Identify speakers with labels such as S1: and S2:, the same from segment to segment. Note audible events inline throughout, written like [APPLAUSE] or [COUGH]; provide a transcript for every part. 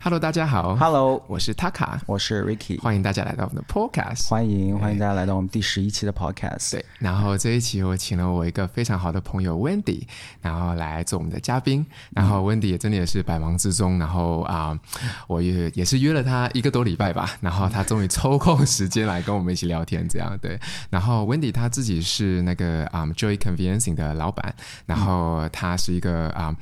S1: Hello，大家好
S2: Hello，
S1: 我是 Taka，
S2: 我是 Ricky，
S1: 欢迎大家来到我们的 Podcast。
S2: 欢迎欢迎大家来到我们第十一期的 Podcast。
S1: 对，然后这一期我请了我一个非常好的朋友 Wendy，然后来做我们的嘉宾。然后 Wendy 也真的也是百忙之中，然后啊、我也也是约了她一个多礼拜吧，然后她终于抽空时间来跟我们一起聊天，这样对。然后 Wendy 她自己是那个啊、Joy Conveyancing 的老板，然后她是一个啊、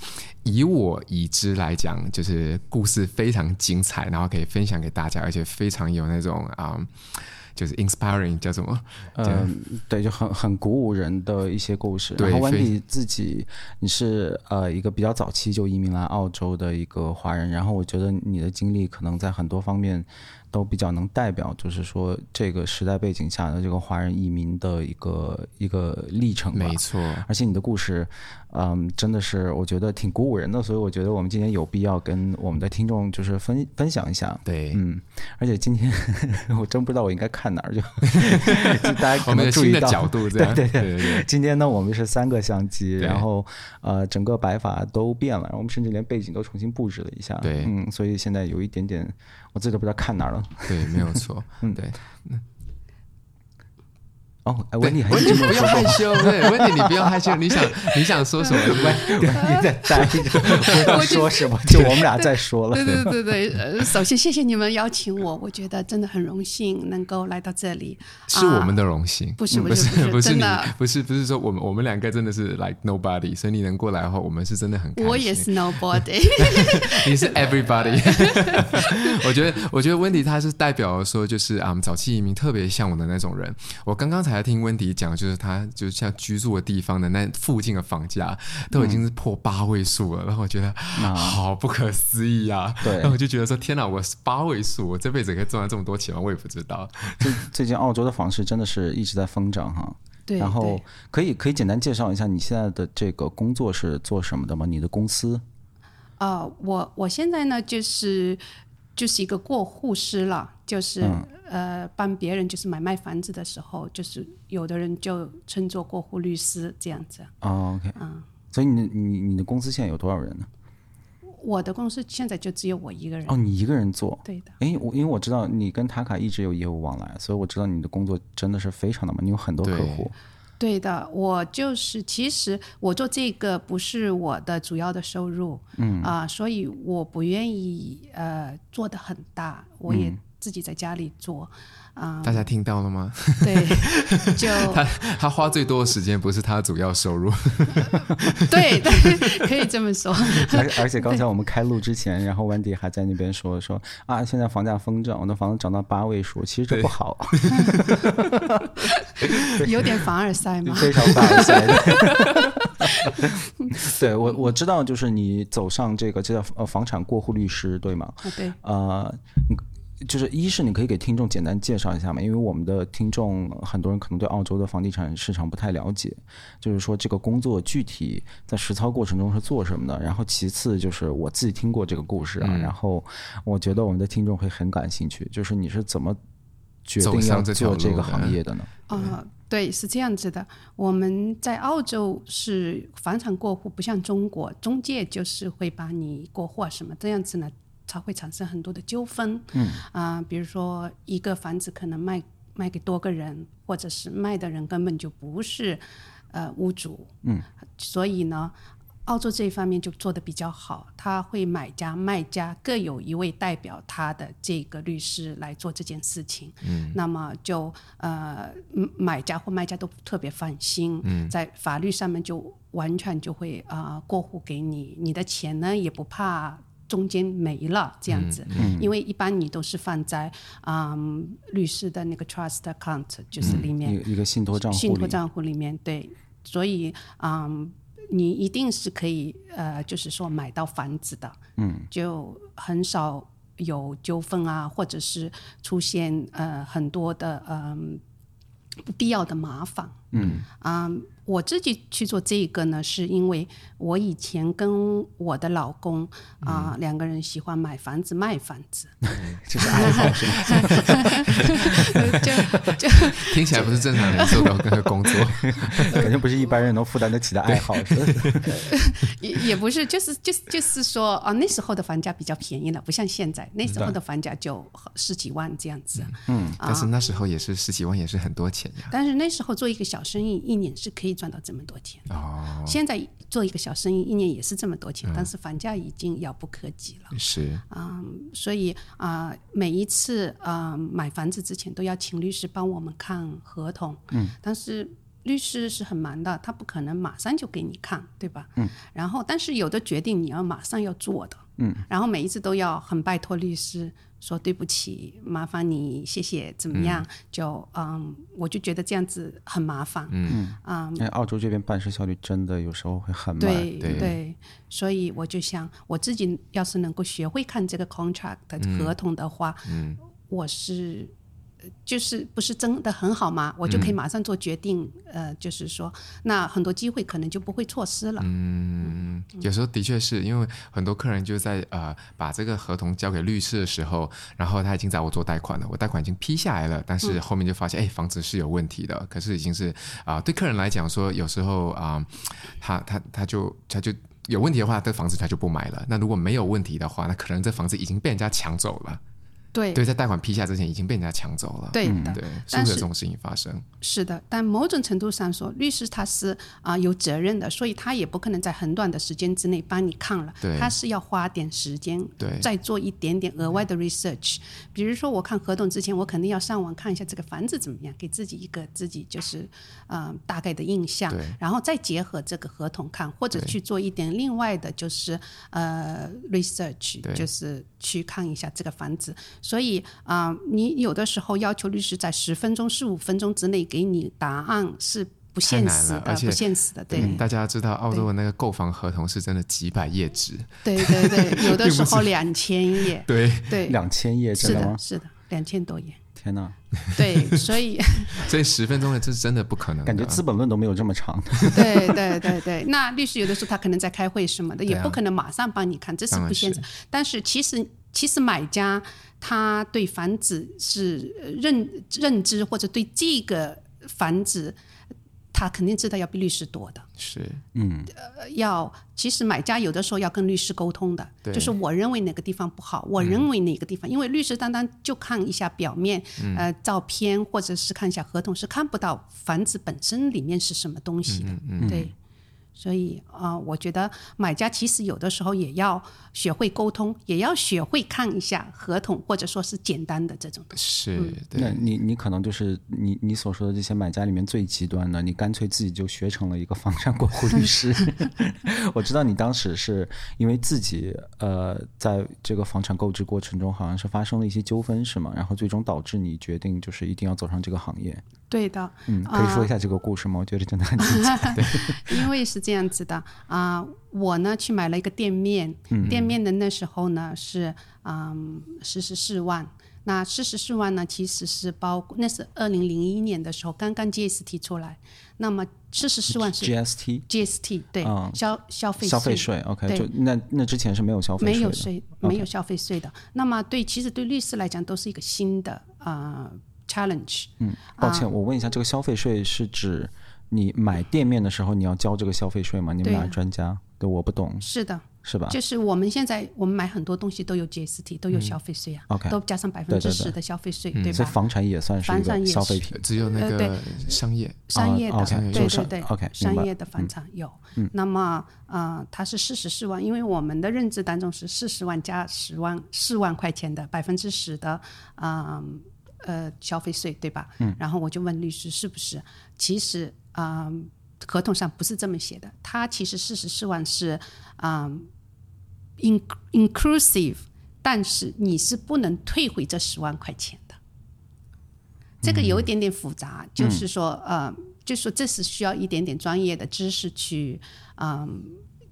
S1: 以我已知来讲，就是故事非常精彩，然后可以分享给大家，而且非常有那种啊。就是 inspiring 叫什么？
S2: 嗯，对，就很很鼓舞人的一些故事。
S1: 对
S2: 然后
S1: 非
S2: Wendy 自己，你是呃一个比较早期就移民来澳洲的一个华人，然后我觉得你的经历可能在很多方面都比较能代表，就是说这个时代背景下的这个华人移民的一个一个历程吧。
S1: 没错，
S2: 而且你的故事，嗯，真的是我觉得挺鼓舞人的，所以我觉得我们今天有必要跟我们的听众就是分分享一下。
S1: 对，
S2: 嗯，而且今天 [LAUGHS] 我真不知道我应该看哪
S1: [LAUGHS]
S2: 儿，就就大家
S1: 我
S2: 可
S1: 们
S2: 能
S1: 的
S2: 注
S1: 新
S2: 意
S1: 的
S2: 到，
S1: 角度，这样，对对对，
S2: 今天呢，我们是三个相机，
S1: 对
S2: 然后呃，整个摆法都变了，然后我们甚至连背景都重新布置了一下。
S1: 对
S2: 嗯，所以现在有一点点，我自己都不知道看哪儿了。
S1: 对，没有错，嗯，对。
S2: 哦，哎，温妮还
S1: 温
S2: 一
S1: 迪
S2: 直
S1: 不
S2: 没有
S1: 用
S2: 说
S1: 害羞，对，温迪你不用害羞，你想你想说什么？
S2: 温妮在待着，不要说什么，就我们俩在说了。
S3: 对对
S1: [LAUGHS]
S3: 对对，呃，首先谢谢你们邀请我，我觉得真的很荣幸能够来到这里。
S1: [LAUGHS] 是我们
S3: 的、
S1: 的荣幸，
S3: 不是
S1: 嗯 [LAUGHS]
S3: 不
S1: 不
S3: 是不是
S1: 不是
S3: 真
S1: 你
S3: 的，
S1: 不是不是说我们我们两个真的是 like nobody，所以你能过来的话，我们是真的很开心。
S3: 我也
S1: [LAUGHS]
S3: 是 nobody，
S1: 你是 everybody。我觉得，我觉得温迪他是代表说，就是啊、嗯早期移民特别向往的那种人。我刚刚才听温迪讲，就是他就像居住的地方的那附近的房价都已经是破八位数了，然后我觉得、啊好不可思议啊！
S2: 对
S1: 然后 [LAUGHS] 我就觉得说，天哪，我是八位数，我这辈子可以赚到这么多钱吗？我也不知道。
S2: 最最近澳洲的房市真的是一直在疯涨哈。
S3: 对，
S2: 然后
S3: 对
S2: 可以可以简单介绍一下你现在的这个工作是做什么的吗？你的公司？
S3: 呃，我我现在呢就是就是一个过户师了，就是、
S1: 嗯
S3: 呃帮别人就是买卖房子的时候，就是有的人就称作过户律师这样子。
S2: 哦，OK。所以你你你的公司现在有多少人呢？
S3: 我的公司现在就只有我一个人，
S2: 哦，你一个人做？
S3: 对的，
S2: 诶，我因为我知道你跟塔卡一直有业务往来，所以我知道你的工作真的是非常的忙，你有很多客
S1: 对
S2: 户。
S3: 对的，我就是，其实我做这个不是我的主要的收入，嗯啊、所以我不愿意呃做的很大，我也自己在家里做，
S1: 大家听到了吗？
S3: 对，就
S1: 他他花最多的时间不是他的主要收入，
S3: 对对，可以这么说，
S2: 而而且刚才我们开录之前，然后 Wendy 还在那边说说啊，现在房价疯涨，我的房子涨到八位数，其实这不好，
S3: 有点凡尔赛嘛，
S2: 非常大赛。对我我知道，就是你走上这个这叫呃房产过户律师对吗？
S3: 啊对，
S2: 呃，你就是一是你可以给听众简单介绍一下嘛，因为我们的听众呃很多人可能对澳洲的房地产市场不太了解，就是说这个工作具体在实操过程中是做什么的。然后其次就是我自己听过这个故事啊，
S1: 嗯
S2: 然后我觉得我们的听众会很感兴趣，就是你是怎么决
S1: 走
S2: 定
S1: 上
S2: 要
S1: 这条
S2: 做这
S1: 路
S2: 个
S1: 的
S2: 行业的呢？
S3: 啊、对，是这样子的。我们在澳洲是房产过户，不像中国，中介就是会把你过户啊什么这样子呢，才会产生很多的纠纷。嗯啊、比如说一个房子可能卖卖给多个人，或者是卖的人根本就不是呃屋主。嗯，所以呢。澳洲这一方面就做得比较好，他会买家、卖家各有一位代表他的这个律师来做这件事情。那么就呃嗯买家或卖家都特别放心，在法律上面就完全就会啊、呃过户给你，你的钱呢也不怕。中间没了这样子，因为一般你都是放在嗯律师的那个 trust account，就是里面、
S2: 一个一个信托账
S3: 信
S2: 户
S3: 托
S2: 里，
S3: 账户里面，对，所以嗯，你一定是可以呃，就是说买到房子的，嗯，就很少有纠纷啊，或者是出现呃很多的嗯、不必要的麻烦，嗯啊、我自己去做这个呢，是因为我以前跟我的老公啊、两个人喜欢买房子卖房子，
S2: 这是爱好是吗？
S3: 就
S1: 听起来不是正常人做的那个工作。
S3: [LAUGHS]
S2: 肯定不是一般人能负担得起的爱好。是吧
S3: 也也不是，就是就是就是说啊，那时候的房价比较便宜了，不像现在，那时候的房价就十几万这样子。嗯，
S1: 但是那时候也是十几万，也是很多钱呀。
S3: 但是那时候做一个小生意，一年是可以赚到这么多钱。
S1: 哦，
S3: 现在做一个小生意，一年也是这么多钱，但是房价已经遥不可及了。
S1: 是
S3: 嗯，所以啊、每一次啊、买房子之前都要请律师帮我们看合同，嗯，但是律师是很忙的，他不可能马上就给你看，对吧？嗯，然后但是有的决定你要马上要做的，嗯，然后每一次都要很拜托律师说对不起，麻烦你，谢谢，怎么样？就嗯，我就觉得这样子很麻烦，嗯啊、
S2: [LAUGHS] 因为澳洲这边办事效率真的有时候会很慢。
S3: 对
S1: 对
S3: 所以我就想，我自己要是能够学会看这个 contract 合同的话，嗯，我是呃就是不是真的很好吗？我就可以马上做决定，呃，就是说，那很多机会可能就不会错失了。
S1: 嗯，有时候的确是因为很多客人就在呃把这个合同交给律师的时候，然后他已经找我做贷款了，我贷款已经批下来了，但是后面就发现哎、房子是有问题的，可是已经是啊、对客人来讲说有时候啊、他他他就他就。有问题的话，这房子他就不买了。那如果没有问题的话，那可能这房子已经被人家抢走了。
S3: 对
S1: 对，在贷款批下之前已经被人家抢走了。
S3: 对的
S1: 对，是
S3: 但
S1: 会有
S3: 是
S1: 这种事情发生。
S3: 是的，但某种程度上说，律师他是啊、有责任的，所以他也不可能在很短的时间之内帮你看了
S1: 对，
S3: 他是要花点时间，
S1: 对
S3: 再做一点点额外的 research。比如说，我看合同之前，我肯定要上网看一下这个房子怎么样，给自己一个自己就是呃大概的印象
S1: 对，
S3: 然后再结合这个合同看，或者
S1: 对
S3: 去做一点另外的就是呃 research，
S1: 对
S3: 就是去看一下这个房子。所以啊、你有的时候要求律师在十分钟、十五分钟之内给你答案是不现实
S1: 太难了而
S3: 的，
S1: 且
S3: 不现实的，对。
S1: 嗯大家知道澳洲的那个购房合同是真的几百页纸。
S3: 对
S1: [LAUGHS]
S3: 对对，有的时候两千页，
S1: 对，
S3: 对，
S2: 两千页
S3: 是
S2: 真的吗
S3: 的，？是的，两千多页，
S2: 天哪，
S3: 对，所以
S1: 所以十分钟的这是真的不可
S3: 嗯
S1: 能的，
S3: 啊
S2: 感觉《资本论》都没有这么长。
S1: [LAUGHS]
S3: 对对对对，那律师有的时候他可能在开会什么的，也
S1: 对啊
S3: 不可能马上帮你看，这是
S1: 当然
S3: 不现实。但是其实其实买家他对房子是呃认认知或者对这个房子。他肯定知道要比律师多的，
S1: 是
S3: 呃要其实买家有的时候要跟律师沟通的，
S1: 对
S3: 就是我认为哪个地方不好，我认为哪个地方，因为律师单单就看一下表面，呃，照片或者是看一下合同，是看不到房子本身里面是什么东西的，对。所以啊、呃我觉得买家其实有的时候也要学会沟通，也要学会看一下合同，或者说是简单的这种东西。
S1: 是，
S2: 那
S1: 对，
S2: 你你可能就是你你所说的这些买家里面最极端的，你干脆自己就学成了一个房产过户律
S3: [LAUGHS]
S2: 师。 [LAUGHS] 我知道你当时是因为自己呃在这个房产购置过程中好像是发生了一些纠纷是吗？然后最终导致你决定就是一定要走上这个行业。
S3: 对的，
S2: 嗯，可以说一下这个故事吗？我觉得真的
S3: [LAUGHS]
S2: 很精彩。
S3: 因为是这样子的啊、我呢去买了一个店面，
S2: 嗯
S3: 店面的那时候呢是嗯四十四万。那四十四万呢，其实是包括那是二零零一年的时候刚刚 GST 出来，那么四十四万是
S2: GST
S3: GST 对、
S2: 嗯
S3: 消消费
S2: 消费税，OK，
S3: [LAUGHS] 对
S2: 就那那之前是没有消费
S3: 没
S2: 税
S3: 有
S2: 的。
S3: 税，没有消费税的。那么对，其实对律师来讲都是一个新的啊、呃 challenge。
S2: 嗯，抱
S3: 啊
S2: 歉，我问一下，这个消费税是指你买店面的时候你要交这个消费税吗？你们
S3: 对
S2: 俩
S3: 啊
S2: 专家，对，我不懂，
S3: 是的，
S2: 是吧？嗯
S3: 就是我们现在我们买很多东西都有 GST，都有消费税啊，
S2: OK
S3: 都加上百
S2: 对
S3: 分
S2: 对
S3: 之
S2: 对嗯
S3: 十的消费税，
S2: 所以
S3: 吧？
S2: 房产也算是一
S3: 房产
S2: 个
S3: 也
S2: 消费
S3: 是
S2: 品。
S1: 只有那
S3: 呃
S1: 个商业
S3: 商业的，
S2: 啊，OK，
S3: 对
S2: 就是
S3: 对对
S2: OK，明
S3: 商
S2: 白嗯
S3: 业的房产有。那么呃，它是四十四万，因为我们的认知当中是四十万加十万四万块钱的百分之十的嗯呃消费税，对吧？嗯。然后我就问律师是不是？其实啊、呃合同上不是这么写的，它其实四十四万是嗯、in inclusive，但是你是不能退回这十万块钱的。这
S2: 嗯
S3: 个有一点点复杂，就是说，呃，就是说这是需要一点点专业的知识去，嗯、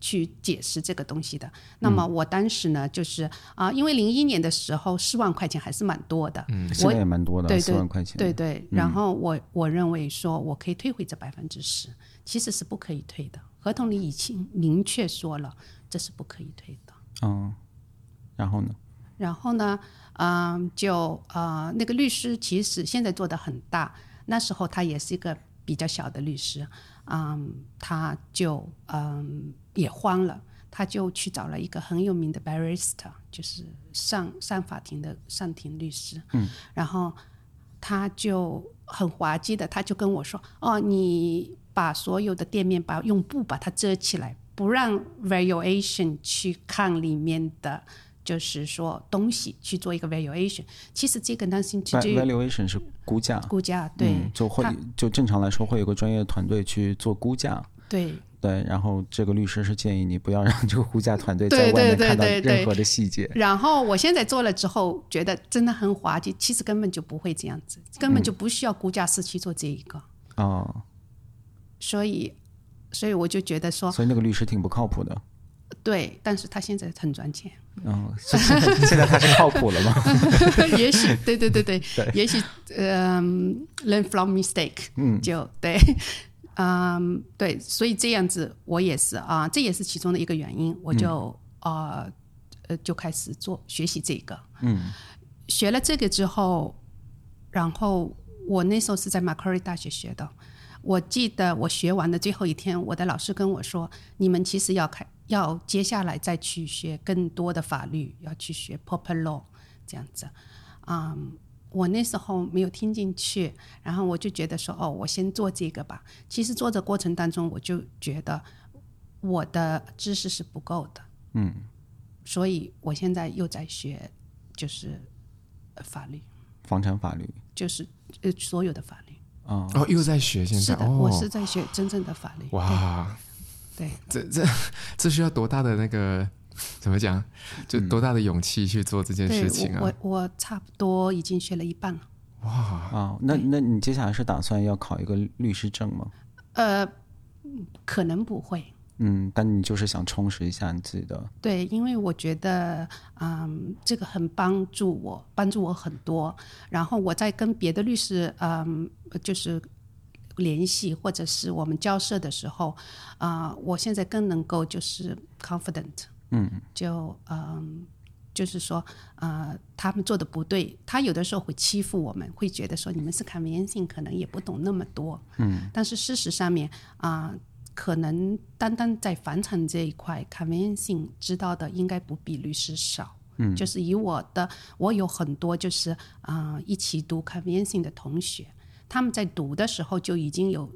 S3: 去解释这个东西的。那么我当时呢，就是啊、因为零一年的时候四万块钱还是蛮多的，嗯
S2: 现
S3: 我
S2: 在也蛮多的，
S3: 对
S2: 四
S3: 对
S2: 万块钱。
S3: 对对，然后我我认为说我可以退回这百分之十，其实是不可以退的，合同里已经明确说了这是不可以退的。
S2: 嗯，然后呢？
S3: 然后呢，嗯、就呃，那个律师其实现在做的很大，那时候他也是一个比较小的律师，嗯，他就嗯也慌了，他就去找了一个很有名的 barrister，就是上上法庭的上庭律师，嗯，然后他就很滑稽的，他就跟我说，哦，你把所有的店面把用布把它遮起来。不让 valuation 去看里面的就是说东西去做一个 valuation。其实这个呢，是
S2: Va-
S3: 取决于
S2: valuation 是估价，
S3: 估价，对、
S2: 嗯就会
S3: 它
S2: 就正常来说会有个专业团队去做估价，
S3: 对
S2: 对，然后这个律师是建议你不要让这个估价团队在
S3: 对
S2: 外面
S3: 对
S2: 看到
S3: 对对
S2: 任何的细节。
S3: 然后我现在做了之后，觉得真的很滑稽，其实根本就不会这样子，根本就不需要估价师去做这一个，
S2: 哦，
S3: 所以，所以我就觉得说，
S2: 所以那个律师挺不靠谱的。
S3: 对，但是他现在很赚钱，
S2: 嗯，
S3: [LAUGHS]
S2: 所以现在现在他是靠谱了吗？ [LAUGHS]
S3: 也 [LAUGHS] 许对对对对，也许嗯、learn from mistake，嗯，就对， [LAUGHS] 嗯，对，所以这样子我也是啊、这也是其中的一个原因，我就啊、呃就开始做学习这个，嗯，学了这个之后，然后我那时候是在马奎瑞大学学的，我记得我学完的最后一天，我的老师跟我说：“你们其实要开，要接下来再去学更多的法律，要去学 proper law 这样子。”嗯，我那时候没有听进去，然后我就觉得说：“哦，我先做这个吧。”其实做的过程当中，我就觉得我的知识是不够的。嗯，所以我现在又在学，就是呃法律，
S2: 房产法律
S3: 就是呃所有的法律。
S2: 啊、
S1: 哦，又在学现
S3: 是
S1: 在
S3: 的，
S1: 哦，
S3: 我是在学真正的法律。
S1: 哇，
S3: 对，
S1: 这这这需要多大的那个怎么讲？就多大的勇气去做这件
S3: 嗯对
S1: 事情啊？
S3: 我我我差不多已经学了一半了。
S2: 啊，那那你接下来是打算要考一个律师证吗？
S3: 呃，可能不会，
S2: 嗯，但你就是想充实一下你自己的，
S3: 对，因为我觉得，嗯，这个很帮助我，帮助我很多。然后我在跟别的律师，嗯，就是联系或者是我们交涉的时候，啊、我现在更能够就是 confident，嗯，就嗯。就是说，呃，他们做的不对，他有的时候会欺负我们，会觉得说你们是 convincing，可能也不懂那么多，嗯，但是事实上面啊、可能单单在房产这一块，conveyancing 知道的应该不比律师少。嗯，就是以我的，我有很多就是啊、呃一起读 conveyancing 的同学，他们在读的时候就已经有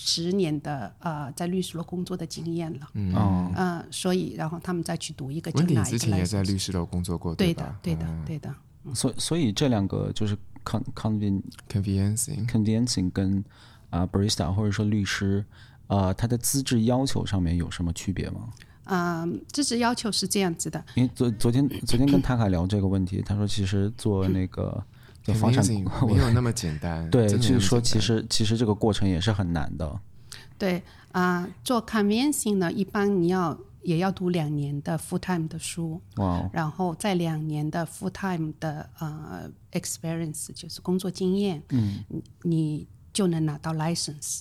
S3: 十年的呃在律所工作的经验了。嗯，
S2: 哦，
S3: 呃，所以然后他们再去读一个就
S1: 温迪
S3: 拿一个
S1: 之前也在
S3: license
S1: 律师楼工作过，
S3: 对的
S1: 吧，
S3: 对的，对的。
S2: 所以所以这两个就是 con conven [LAUGHS]
S1: ？Conveyancing，
S2: condensing 跟啊、barista 或者说律师，呃，他的资质要求上面有什么区别吗？
S3: 嗯，资质要求是这样子的，
S2: 因为昨昨天昨天跟塔卡聊这个问题，他说其实做那个做房产
S1: Conveyancing
S2: [LAUGHS]
S1: 没有那么简单，
S2: 对，
S1: 真的没
S2: 就
S1: 有
S2: 是
S1: 那么
S2: 说
S1: 简
S2: 其实其实这个过程也是很难的。
S3: 对啊、做 conveyancing 呢，一般你要也要读两年的 full time 的书。
S2: 哇哦，
S3: 然后在两年的 full time 的呃 experience，就是工作经验，嗯，你你就能拿到 license。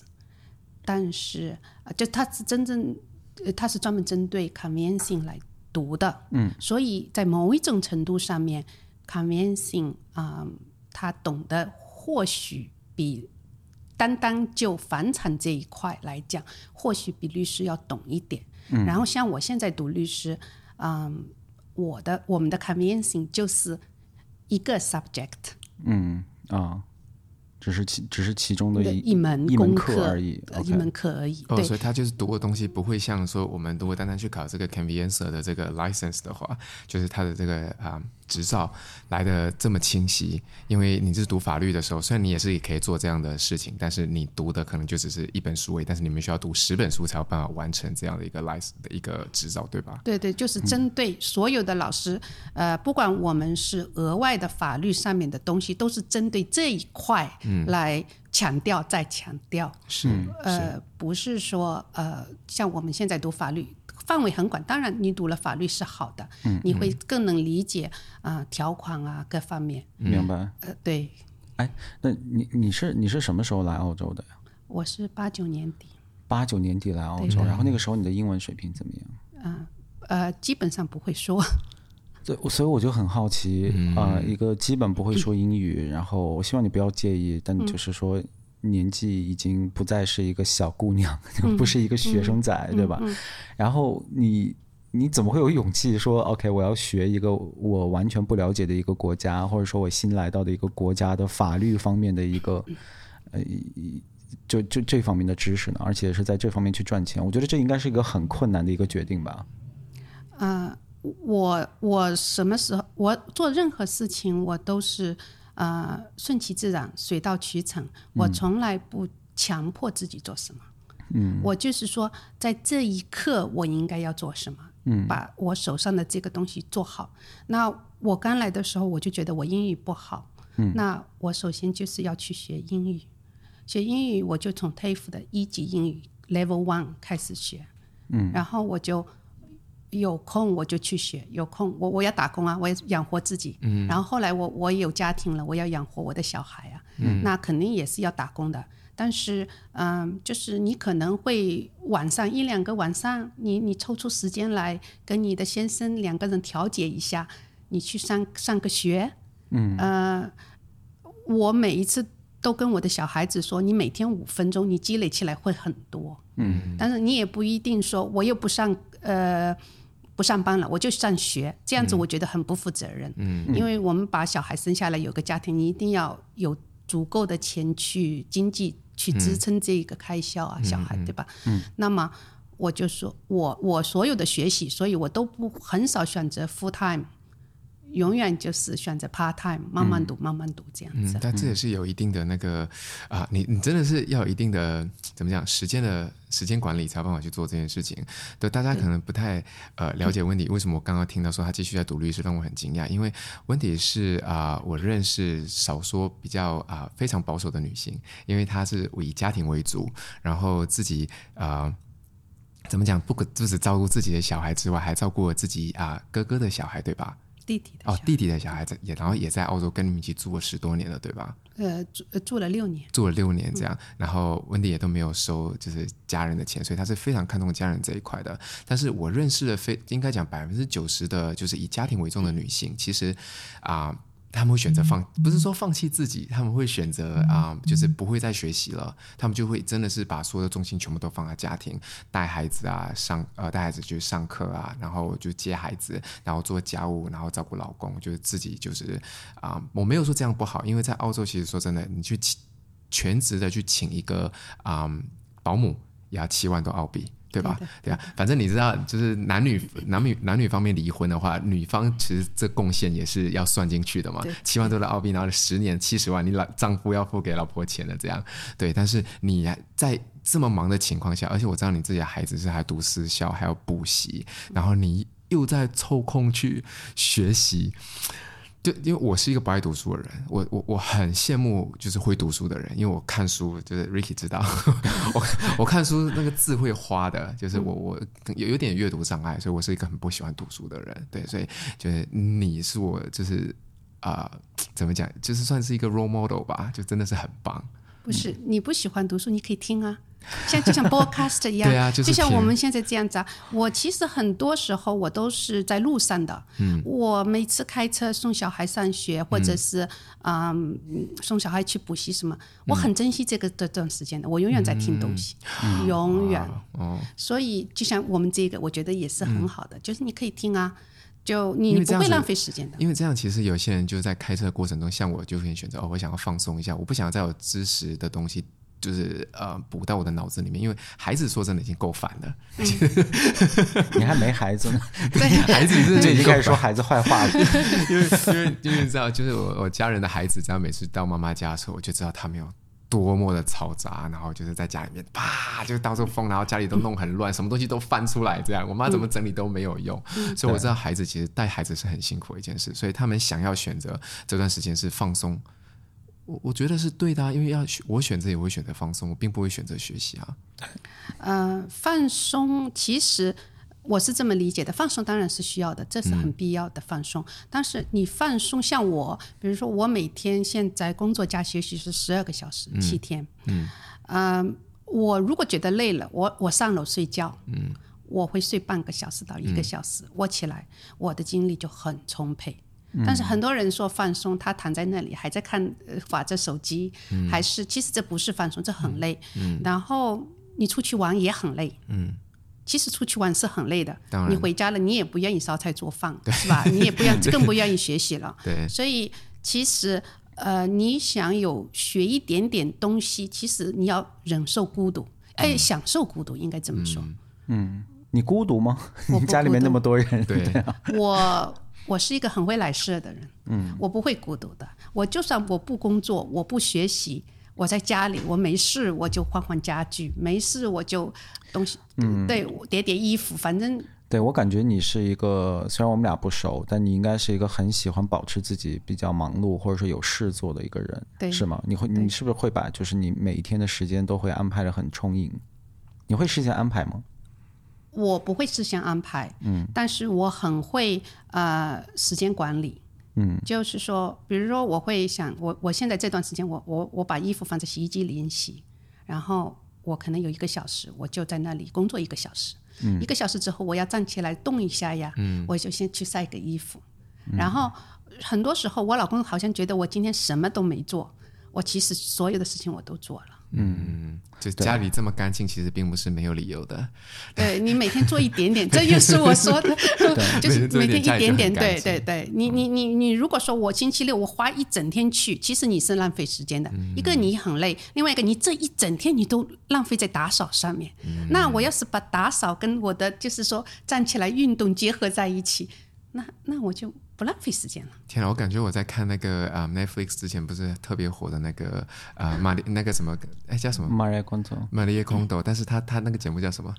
S3: 但是，呃就它是真正，呃它是专门针对 conveyancing 来读的，嗯，所以在某一种程度上面，conveyancing 啊、他懂得或许比单单就房产这一块来讲，或许比律师要懂一点。嗯、然后像我现在读律师，嗯，我的我们的 convincing 就是一个 subject
S2: 嗯啊，只是其只是其中的
S3: 的
S2: 一
S3: 一门
S2: 一
S3: 功
S2: 门
S3: 课
S2: 课而已。
S3: 呃一
S2: OK，
S3: 门课而已。
S1: 哦，
S3: 对
S1: 所以他就是读的东西不会像说我们如果单单去考这个 conveyancer 的这个 license 的话，就是他的这个啊、执照来的这么清晰。因为你是读法律的时候，虽然你也是也可以做这样的事情，但是你读的可能就只是一本书而已，但是你们需要读十本书才有办法完成这样的一个 license 的一个执照，对吧？
S3: 对对，
S2: 嗯
S3: 就是针对所有的老师，呃，不管我们是额外的法律上面的东西，都是针对这一块
S1: 嗯
S3: 来强调、再强调。
S1: 是，
S3: 呃，不是说呃，像我们现在读法律，范围很广。当然，你读了法律是好的，
S1: 嗯
S3: 你会更能理解啊、呃条款啊各方面。
S2: 明白？
S3: 呃，对，
S2: 那你你是你是什么时候来澳洲的呀？
S3: 我是八九年底，
S2: 八九年底来澳洲，然后那个时候你的英文水平怎么样？
S3: 呃，基本上不会说。 [LAUGHS]
S2: 对，我所以我就很好奇，呃，一个基本不会说英语，然后我希望你不要介意，但就是说年纪已经不再是一个小姑娘， [LAUGHS] 就不是一个学生仔，对吧？然后你你怎么会有勇气说 OK，我要学一个我完全不了解的一个国家，或者说我新来到的一个国家的法律方面的一个呃一就就这方面的知识呢？而且是在这方面去赚钱，我觉得这应该是一个很困难的一个决定吧。
S3: 我我什么时候我做任何事情，我都是呃顺其自然，水到渠成。我从来不强迫自己做什么。嗯，我就是说，在这一刻我应该要做什么，嗯，把我手上的这个东西做好。那我刚来的时候，我就觉得我英语不好，嗯，那我首先就是要去学英语。学英语，我就从 TAFE 的一级英语 Level One 开始学，嗯，然后我就有空我就去学，有空我我要打工啊，我要养活自己。嗯，然后后来我我有家庭了，我要养活我的小孩啊，嗯，那肯定也是要打工的。但是，嗯、就是你可能会晚上一两个晚上，你你抽出时间来跟你的先生两个人调解一下，你去上上个学，嗯，呃，我每一次都跟我的小孩子说，你每天五分钟，你积累起来会很多。嗯，但是你也不一定说，我又不上呃不上班了，我就上学，这样子我觉得很不负责任。嗯，因为我们把小孩生下来有个家庭，你一定要有足够的钱去经济去支撑这一个开销啊，小孩对吧？嗯，那么。我就说，我我所有的学习，所以我都不很少选择 full time，永远就是选择 part time，慢慢读，慢慢读这样子。
S1: 嗯，但这也是有一定的那个啊、你你真的是要有一定的怎么讲时间的时间管理，才有办法去做这件事情。对，大家可能不太呃了解温迪，为什么我刚刚听到说他继续在读律师，让我很惊讶，因为温迪是啊、我认识少说比较啊、非常保守的女性，因为她是以家庭为主，然后自己啊。怎么讲？不可不只照顾自己的小孩之外，还照顾了自己啊、哥哥的小孩，对吧？
S3: 弟弟的小
S1: 哦，弟弟的小孩在也，然后也在澳洲跟你们一起住了十多年了，对吧？
S3: 呃住呃住了六年，
S1: 住了六年这样，然后温迪也都没有收就是家人的钱，所以他是非常看重家人这一块的。但是我认识的非应该讲百分之九十的，就是以家庭为重的女性，其实啊。他们会选择放，不是说放弃自己，他们会选择啊、就是不会再学习了，他们就会真的是把所有的重心全部都放在家庭，带孩子啊，上呃带孩子去上课啊，然后就接孩子，然后做家务，然后照顾老公，就是自己就是啊、我没有说这样不好，因为在澳洲其实说真的，你去请全职的去请一个啊、保姆也要七万多澳币。对吧？对啊，反正你知道，就是男女男女男女方面离婚的话，女方其实这贡献也是要算进去的嘛
S3: 对。
S1: 七万多的澳币，然后十年七十万，你老丈夫要付给老婆钱的这样。对，但是你还在这么忙的情况下，而且我知道你自己的孩子是还读私校，还要补习，然后你又在抽空去学习，就因为我是一个不爱读书的人，我我我很羡慕就是会读书的人，因为我看书就是 Ricky 知道， [LAUGHS] 我我看书那个字会花的，就是
S3: 嗯
S1: 我我有有点阅读障碍，所以我是一个很不喜欢读书的人，对，所以就是你是我就是啊、怎么讲，就是算是一个 role model 吧，就真的是很棒，
S3: 不是
S1: 嗯
S3: 你不喜欢读书，你可以听啊，
S1: [LAUGHS]
S3: 像就像 podcast 一样，
S1: 对啊就是
S3: 就像
S1: 听
S3: 我们现在这样子啊。我其实很多时候我都是在路上的，
S1: 嗯
S3: 我每次开车送小孩上学，或者是嗯送小孩去补习什么，
S1: 嗯
S3: 我很珍惜这个这段时间的，我永远在听东西，永远。
S1: 嗯哦，嗯
S3: 所以就像我们这个，我觉得也是很好的，就是你可以听啊，就
S1: 因
S3: 你
S1: 为这
S3: 不
S1: 样
S3: 会
S1: 子
S3: 浪费时间的。
S1: 因为这样，其实有些人就在开车的过程中，像我就会选择哦，我想要放松一下，我不想再有知识的东西。就是呃，补到我的脑子里面，因为孩子说真的已经够烦了，
S2: 你还没孩子呢，
S1: 孩子
S2: [LAUGHS]
S1: 真的
S2: 这已经
S1: 够
S2: 开
S1: 烦
S2: 始说孩子坏
S3: [LAUGHS]
S2: 话了。
S1: 因为因为因为你知道，就是我我家人的孩子，只要每次到妈妈家的时候，我就知道他们有多么的嘈杂，然后就是在家里面啪，就到处疯，然后家里都弄很乱，什么东西都翻出来，这样我妈怎么整理都没有用。所以我知道孩子其实带孩子是很辛苦的一件事，所以他们想要选择这段时间是放松。我我觉得是对的、啊，因为要选我选择也会选择放松，我并不会选择学习啊。
S3: 呃，放松其实我是这么理解的，放松当然是需要的，这是很必要的放松。但是你放松，像我，比如说我每天现在工作加学习是十二个小时，七天。嗯，呃，我如果觉得累了，我我上楼睡觉。嗯，我会睡半个小时到一个小时，我起来，我的精力就很充沛。
S1: 嗯
S3: 但是很多人说放松，他躺在那里还在看呃划着手机，
S1: 嗯
S3: 还是其实这不是放松，这很累。然后你出去玩也很累。其实出去玩是很累的
S1: 嗯当，然
S3: 你回家了，你也不愿意烧菜做饭，是
S1: [LAUGHS]
S3: 吧？你也不愿，更不愿意学习了。
S1: 对，
S3: 所以其实，呃，你想有学一点点东西，其实你要忍受孤独，哎，
S1: 嗯
S3: 享受孤独，应该这么说。
S2: 你孤独吗？你
S3: 我不
S2: 家里面那么多人，
S1: 对，
S3: [LAUGHS] 我我是一个很会来事的人，嗯，我不会孤独的。我就算我不工作，我不学习，我在家里，我没事我就换换家具，没事我就东西，嗯，对，我叠叠衣服，反正
S2: 对我感觉你是一个，虽然我们俩不熟，但你应该是一个很喜欢保持自己比较忙碌或者说有事做的一个人，
S3: 对
S2: 是吗？你会，
S3: 对
S2: 你是不是会把就是你每一天的时间都会安排的很充盈？你会事先安排吗？
S3: 我不会事先安排，嗯，但是我很会呃时间管理，嗯，就是说，比如说我会想，我我现在这段时间我，我我把衣服放在洗衣机里洗，然后我可能有一个小时，我就在那里工作一个小时，嗯、一个小时之后我要站起来动一下呀，嗯，我就先去晒个衣服，然后很多时候我老公好像觉得我今天什么都没做，我其实所有的事情我都做了。
S1: 嗯就家里这么干净，其实并不是没有理由的。 [LAUGHS]
S3: 对你每天做一点点，这又是我说的，就是每天
S1: 每天做一点
S3: 一点点，
S1: 家里就很干
S3: 对
S1: 净
S3: 对对。你你你你，如果说我星期六我花一整天去，其实你是浪费时间的。
S1: 嗯
S3: 一个你很累，另外一个你这一整天你都浪费在打扫上面。
S1: 嗯
S3: 那我要是把打扫跟我的就是说站起来运动结合在一起，那那我就不浪费时间了。
S1: 天啊，我感觉我在看那个啊、呃 Netflix 之前不是特别火的那个啊、呃、玛丽那个什么哎叫什么
S2: Maria Quanto
S1: 玛丽耶空斗，但是他他那个节目叫什么？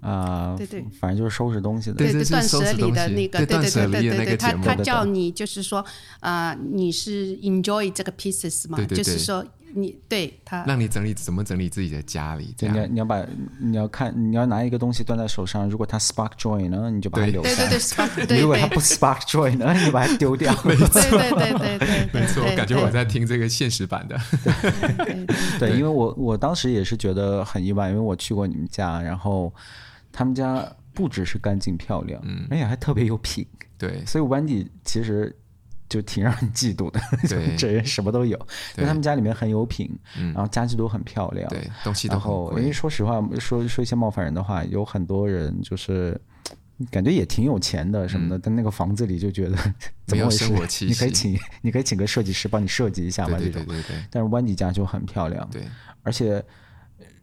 S2: 啊，
S3: 对对
S2: 反正就是收拾东西的。
S1: 对
S3: 对
S1: 这是
S3: 断
S1: 收拾
S3: 舍离
S1: 东
S3: 的
S1: 西
S3: 那个，
S1: 对
S3: 对
S1: 断舍
S3: 对
S1: 离
S3: 对
S1: 的那个
S3: 对对，他
S1: 节目
S3: 他
S1: 对
S3: 叫你就是说，呃，你是 enjoy 这个 pieces 嘛
S1: 对，对
S3: 就
S1: 对
S3: 是说你对他
S1: 让你整理怎么整理自己的家里这
S2: 对，你要
S1: 样。
S2: 你要把你要看你要拿一个东西端在手上，如果它 spark joy 呢，你就把它
S1: 对
S2: 留
S3: 对
S2: 下；[LAUGHS]
S3: 对对，spark，对对，
S2: 如果它不 spark joy 呢，你就把它丢 [LAUGHS] 掉。
S3: 对对对对对，对
S1: [LAUGHS] 没错，我感觉
S3: 对
S1: 我在听这个现实版的。
S2: [LAUGHS]
S3: 对对
S1: [LAUGHS]
S2: 对，因为我我当时也是觉得很意外，因为我去过你们家，然后他们家不只是干净漂亮，
S1: 嗯
S2: 而且还特别有品，
S1: 对
S2: 所以 Wendy 其实就挺让人嫉妒的， [LAUGHS]
S1: 对嗯
S2: 这人什么都有，因为他们家里面很有品，然后家具都很漂亮，
S1: 对，东西都
S2: 然
S1: 很
S2: 后因为
S1: 贵。
S2: 说实话，说说一些冒犯人的话，有很多人就是。感觉也挺有钱的什么的，但那个房子里就觉得怎
S1: 嗯没
S2: 么
S1: 有
S2: 回事
S1: 生活？气
S2: 你可以
S1: 息
S2: 请你可以请个设计师帮你设计一下
S1: 对
S2: 嘛，
S1: 对
S2: 这
S1: 对
S2: 种。
S1: 对对
S2: 但是 Wendy 家就很漂亮，
S1: 对，
S2: 而且，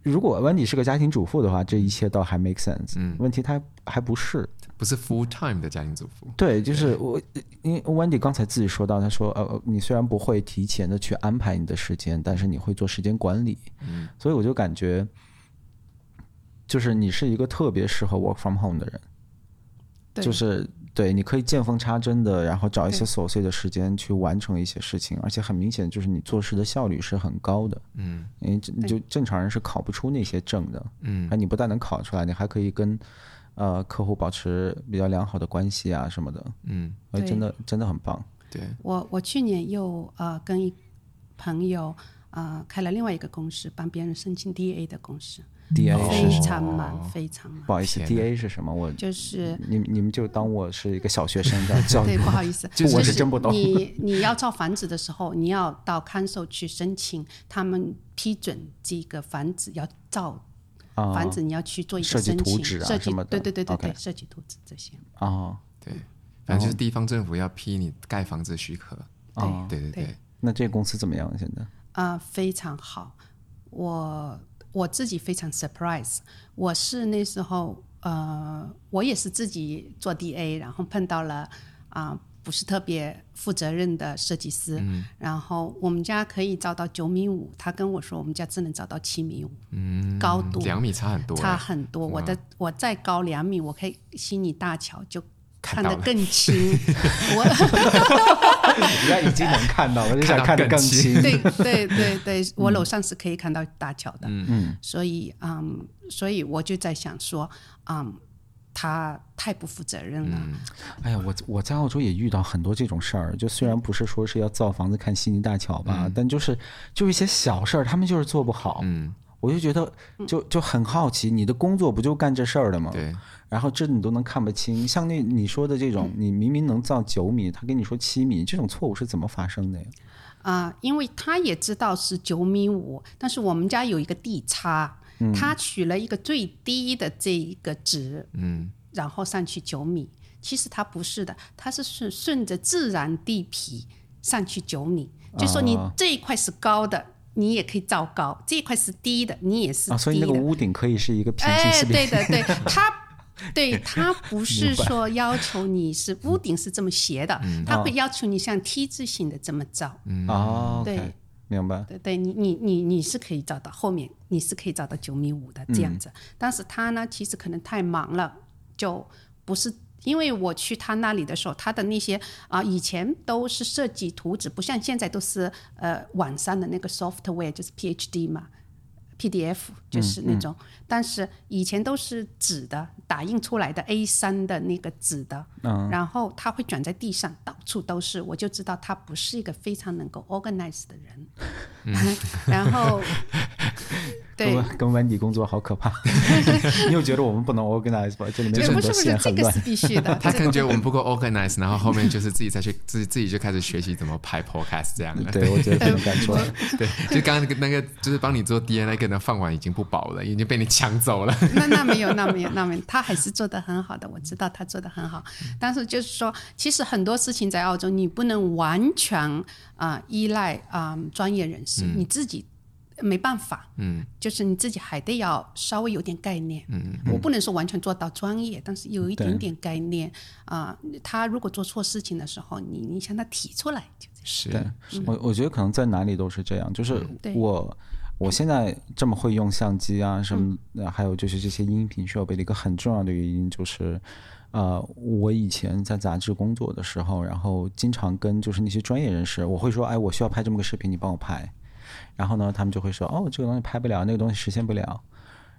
S2: 如果 Wendy 是个家庭主妇的话，这一切倒还 make sense。嗯，问题她还不是。
S1: 不是 full time 的家庭主妇。
S2: 对，就是我， [LAUGHS] 因为 Wendy 刚才自己说到，她说，呃，呃你虽然不会提前的去安排你的时间，但是你会做时间管理。嗯，所以我就感觉，就是你是一个特别适合 work from home 的人，
S3: 对，
S2: 就是。对，你可以见缝插针的，然后找一些
S3: 对
S2: 琐碎的时间去完成一些事情，而且很明显就是你做事的效率是很高的。
S1: 嗯
S2: 因为这
S3: 对
S2: 就正常人是考不出那些证的。
S1: 嗯
S2: 那你不但能考出来，你还可以跟呃客户保持比较良好的关系啊什么的，
S1: 嗯，
S2: 呃，
S3: 对
S2: 真的真的很棒。
S1: 对，
S3: 我我去年又呃跟一朋友呃开了另外一个公司，帮别人申请 DA 的公司，
S2: D A 是
S3: 非
S2: 什么？
S3: 常忙，
S2: 哦
S3: 非常忙，
S2: 不好意思
S1: 天
S2: ，D A 是什么？我
S3: 就是
S2: 你你们就当我是一个小学生的教
S3: 对，
S2: 育
S3: 不。好意思，
S2: 哦就是我是真不懂 [LAUGHS]
S3: 你你要造房子的时候，你要到看守去申请，他们批准这个房子要造
S2: 啊
S3: 房子，你要去做一
S2: 设
S3: 个
S2: 计
S3: 申
S2: 图
S3: 请，
S2: 纸啊
S3: 设计
S2: 什么的
S3: 对对对对对
S2: OK
S3: 设计图纸这些。
S2: [LAUGHS] 啊
S1: 对，反正就是地方政府要批你盖房子许可。
S2: 啊！
S1: 对对
S3: 对
S1: 对，
S2: 那这个公司怎么样？现
S3: [LAUGHS]
S2: 在
S3: 啊、非常好，我我自己非常 surprise，我是那时候呃，我也是自己做 DA，然后碰到了啊、不是特别负责任的设计师，
S1: 嗯
S3: 然后我们家可以造到九米五，他跟我说我们家只能造到七米五，嗯，高度
S1: 两米差很多欸。
S3: 差很多，我的我再高两米，我可以悉尼大桥就。
S1: 看
S3: 看
S1: 到
S3: 得
S1: 了 [LAUGHS]
S3: 更清， [LAUGHS] 我
S2: 人家已经能看到了，就想
S1: 看到
S2: 看得
S1: 更
S2: 更
S1: 清
S2: 清。 [LAUGHS]
S3: 对对对对，
S2: 嗯
S3: 我楼上是可以看到大桥的。嗯所以嗯，所以我就在想说，嗯，他太不负责任了。啊
S2: 哎呀，我我在澳洲也遇到很多这种事儿，就虽然不是说是要造房子看悉尼大桥吧，但就是就是一些小事儿，他们就是做不好。嗯，我就觉得
S3: 嗯
S2: 就就很好奇，你的工作不就干这事儿的吗？
S1: 对，，
S2: 然后这你都能看不清，像那你说的这种，你明明能造九米，他跟你说七米，这种错误是怎么发生的呀？
S3: 啊、因为他也知道是九米五，但是我们家有一个地差，
S2: 嗯
S3: 他取了一个最低的这一个值，嗯，然后上去九米。其实他不是的，他是顺顺着自然地皮上去九米，就说你
S2: 啊
S3: 这一块是高的，你也可以造高；这一块是低的，你也是低的。
S2: 啊，所以那个屋顶可以是一个平行
S3: 哎，
S2: 四
S3: 对
S2: 边，[LAUGHS]
S3: 的，对他。对他不是说要求你是屋顶是这么斜的，
S2: 嗯
S3: 他会要求你像 T 字形的这么造。
S2: 哦，
S3: 对
S2: OK，明白。
S3: 对对，你你你你是可以找到后面，你是可以找到九米五的这样子。但是他呢，其实可能太忙了，就不是。因为我去他那里的时候，他的那些啊、以前都是设计图纸，不像现在都是呃网上的那个 software，就是 PhD 嘛，PDF 就是那种。但是以前都是纸的，打印出来的 A 3的那个纸的，然后他会卷在地上，到处都是，我就知道他不是一个非常能够 organize 的人。然后，对，
S2: 跟 [LAUGHS] 跟温迪工作好可
S3: [LAUGHS]
S2: 怕。你有觉得我们不能 organize 吧？这里面
S3: 也
S2: 有
S3: 不
S2: 很
S3: 是
S2: 多
S3: 不是
S2: 线
S3: 这
S2: 很
S3: 个
S2: 乱
S3: 是。必须的
S1: [LAUGHS] 他可能觉得我们不够 organize，然后后面就是自己再去 [LAUGHS] 自己自己就开始学习怎么拍 podcast 这样的。
S2: [LAUGHS] 对，我觉得这种感
S3: [LAUGHS]
S2: 觉。
S1: [LAUGHS] 对，就刚刚那个那个就是帮你做 DNA 跟的饭碗已经不保了，已经被你抢走了。
S3: 那那没有，那没有，那没有，他还是做得很好的，我知道他做得很好。但是就是说，其实很多事情在澳洲，你不能完全啊、依赖啊、专业人士，你自己没办法，嗯，就是你自己还得要稍微有点概念，嗯，我不能说完全做到专业，但是有一点点概念啊、他如果做错事情的时候，你你向他提出来
S1: [LAUGHS]
S3: 就这样，
S1: 是
S2: 对，我我觉得可能在哪里都是这样，就是
S3: 对
S2: 我。我现在这么会用相机啊什么的，还有就是这些音频设备的一个很重要的原因就是，呃，我以前在杂志工作的时候，然后经常跟就是那些专业人士，我会说，哎，我需要拍这么个视频，你帮我拍。然后呢，他们就会说，哦，这个东西拍不了，那个东西实现不了。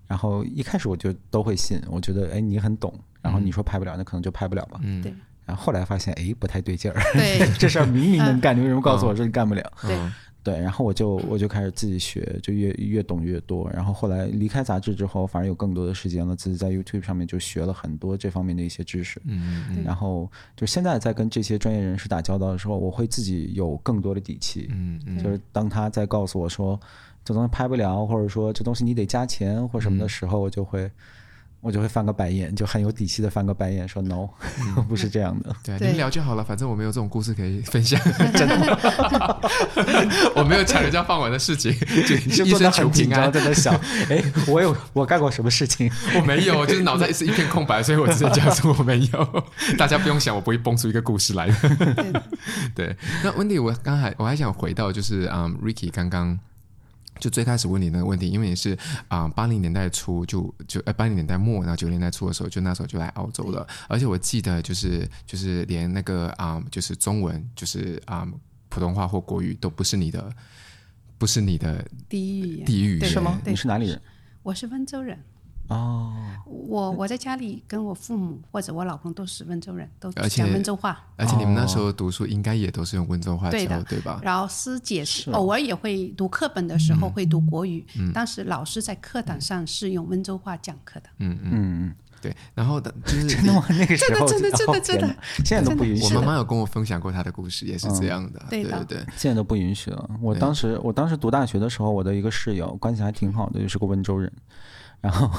S2: 然后一开始我就都会信，我觉得，哎，你很懂。然后你说拍不了，那可能就拍不了吧。
S3: 对
S2: 然后后来发现，哎，不太对劲儿。
S3: 对。
S2: [LAUGHS] 这事儿明明能干，你为什么告诉我这干不了？
S3: 对，
S2: 嗯对，然后我就我就开始自己学，就越越懂越多。然后后来离开杂志之后，反而有更多的时间了，自己在 YouTube 上面就学了很多这方面的一些知识。嗯嗯。然后就现在在跟这些专业人士打交道的时候，我会自己有更多的底气。嗯嗯。就是当他在告诉我说这东西拍不了，或者说这东西你得加钱或什么的时候，我就会。我就会翻个白眼，就很有底气的翻个白眼，说 “no”，、不 [LAUGHS] 是这样的。
S1: 对，
S3: 对
S1: 你们聊就好了，反正我没有这种故事可以分享，
S2: [LAUGHS]
S1: [LAUGHS] 真的，我没有抢人家饭碗的事情，就
S2: 就
S1: 一
S2: 做
S1: 生
S2: 的
S1: 求
S2: 很紧
S1: 平
S2: 张，
S1: 安。
S2: 在那想，哎，我有我干过什么事情？
S1: [LAUGHS] 我没有，就是脑袋是一片空白，所以我直接讲说我没有。 [LAUGHS] 大家不用想，我不会蹦出一个故事来 [LAUGHS] 的。对，那 Wendy，我刚才我还想回到就是嗯、r i c k y 刚刚。就最开始问你那个问题，因为你是啊八零年代初就就呃八零年代末，然后九零年代初的时候，就那时候就来澳洲了。而且我记得就是就是连那个啊、就是中文就是啊、普通话或国语都不是你的，不是你的
S3: 第一语言
S1: 地域
S3: 对
S1: 是吗
S3: 对
S2: 你是哪里人？
S3: 我是温州人。
S2: 哦，
S3: 我我在家里跟我父母或者我老公都是温州人，都
S1: 而且
S3: 讲温州话。
S1: 而且你们那时候读书应该也都是用温州话
S3: 哦对
S1: 教，
S3: 的，
S1: 对吧？
S3: 然后师姐是偶尔也会读课本的时候
S1: 嗯
S3: 会读国语，但是老师在课堂上是用温州话讲课的。
S1: 嗯对，然后的就是
S2: [LAUGHS] 真的吗？ [LAUGHS] 那个时候
S3: 真的真的
S2: 哦
S3: 真的
S2: 天哪现在都不允
S1: 我
S2: 许
S1: 妈
S2: 了。 [LAUGHS]
S1: 妈有跟我分享过她的故事，也是
S2: 嗯
S1: 这样的，
S3: 对
S1: 对
S3: 的
S1: 对，
S2: 现在都不允许了。我
S1: 啊
S2: 当时，我当时读大学的时候，我的一个室友关系还挺好的，就是个温州人。然后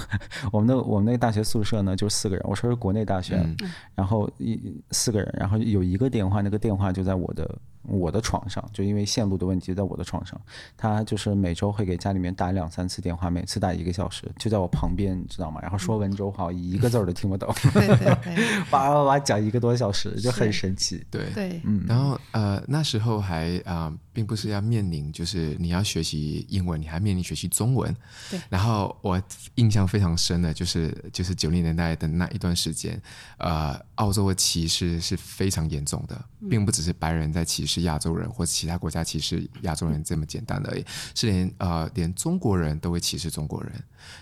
S2: 我们的我们那个大学宿舍呢，就四个人。我说是国内大学，
S1: 嗯
S2: 然后一四个人，然后有一个电话，那个电话就在我的我的床上，就因为线路的问题，在我的床上。他就是每周会给家里面打两三次电话，每次打一个小时，就在我旁边，你知道吗？然后说温州话，一个字儿都听不懂， [LAUGHS]
S3: 对对对
S2: 叭叭叭讲一个多小时，就很神奇。
S1: 对
S3: 对，
S1: 然后呃，那时候还啊、并不是要面临，就是你要学习英文，你还面临学习中文。
S3: 对。
S1: 然后我印象非常深的就是，就是九零年代的那一段时间，呃，澳洲的歧视是非常严重的，并不只是白人在歧是亚洲人或其他国家歧视亚洲人这么简单而已，是连呃连中国人都会歧视中国人。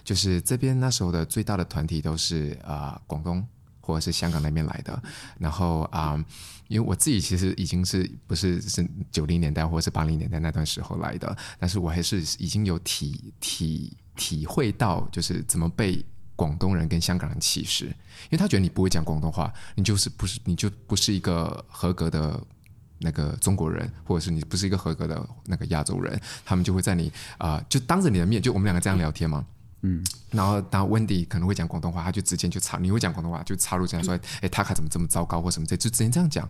S1: 就是这边那时候的最大的团体都是呃广东或者是香港那边来的，然后啊、嗯因为我自己其实已经是不是是九零年代或者是八零年代那段时候来的，但是我还是已经有体体体会到就是怎么被。广东人跟香港人歧视，因为他觉得你不会讲广东话，你就是不是你就不是一个合格的那个中国人，或者是你不是一个合格的那个亚洲人，他们就会在你啊、呃就当着你的面，就我们两个这样聊天嘛。嗯，然后当 Wendy 可能会讲广东话，他就直接就插，你会讲广东话就插入这样说，哎、他卡怎么这么糟糕或什么这，就直接这样讲，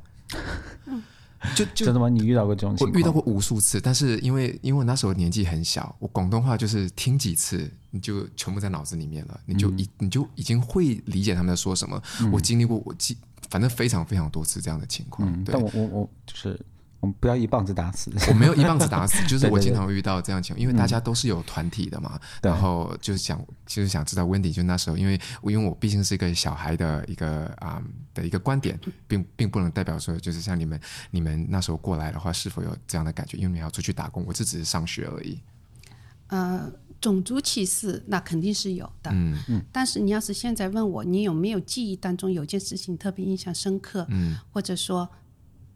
S1: 就就
S2: 真的吗？你遇到过这种情
S1: 我
S2: 况？
S1: 遇到过无数次，但是因为因为我那时候年纪很小，我广东话就是听几次，你就全部在脑子里面了，你就
S2: 嗯
S1: 已、你就已经会理解他们在说什么。我经历过，我记反正非常非常多次这样的情况。
S2: 嗯，
S1: 对
S2: 但，我我我就是我们不要一棒子打死。
S1: 我没有一棒子打
S3: [LAUGHS]
S1: 死，就是
S2: 对对
S1: 我
S2: 对
S1: 经常会遇到这样的情况，因
S3: 嗯
S1: 为大家都是有团体的嘛，
S2: 对
S1: 然后就是想就是想知道 Wendy 就那时候，因为因为我毕竟是一个小孩的一个啊、的一个观点，并并不能代表说就是像你们你们那时候过来的话是否有这样的感觉，因为你要出去打工，我这只是上学而已。
S3: 呃，种族歧视那肯定是有的，
S1: 嗯
S3: 但是你要是现在问我，你有没有记忆当中有件事情特别印象深刻，
S1: 嗯
S3: 或者说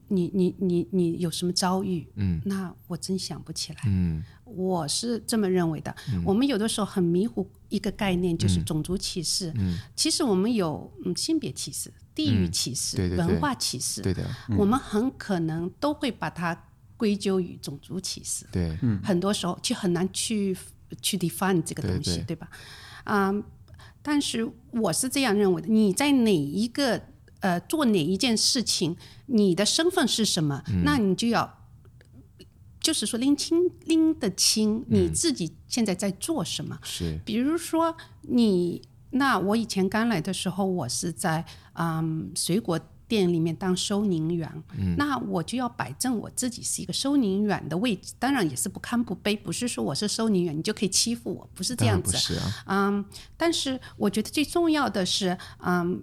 S3: 你你你你有什么遭遇？
S1: 嗯
S3: 那我真想不起来，
S1: 嗯
S3: 我是这么认为的。我们有的时候很迷糊一个概念，就是种族歧视。
S1: 嗯，
S3: 其实我们有嗯性别歧视、地域歧视、
S1: 嗯对对对
S3: 文化歧视，
S1: 对的，
S3: 我们很可能都会把它归咎于种族歧视。
S1: 对，
S3: 很多时候就很难去去 define 这个东西，
S1: 对对
S3: 吧？啊、但是我是这样认为的：你在哪一个呃做哪一件事情，你的身份是什么，
S1: 嗯
S3: 那你就要。就是说拎清拎得清
S1: 嗯
S3: 你自己现在在做什么，
S1: 是，
S3: 比如说你，那我以前刚来的时候，我是在嗯水果店里面当收银员，
S1: 嗯
S3: 那我就要摆正我自己是一个收银员的位置，当然也是不堪不卑，不是说我是收银员你就可以欺负我，不是这
S1: 当然
S3: 样
S1: 不
S3: 子。
S1: 是啊，
S3: 嗯，但是我觉得最重要的是，嗯，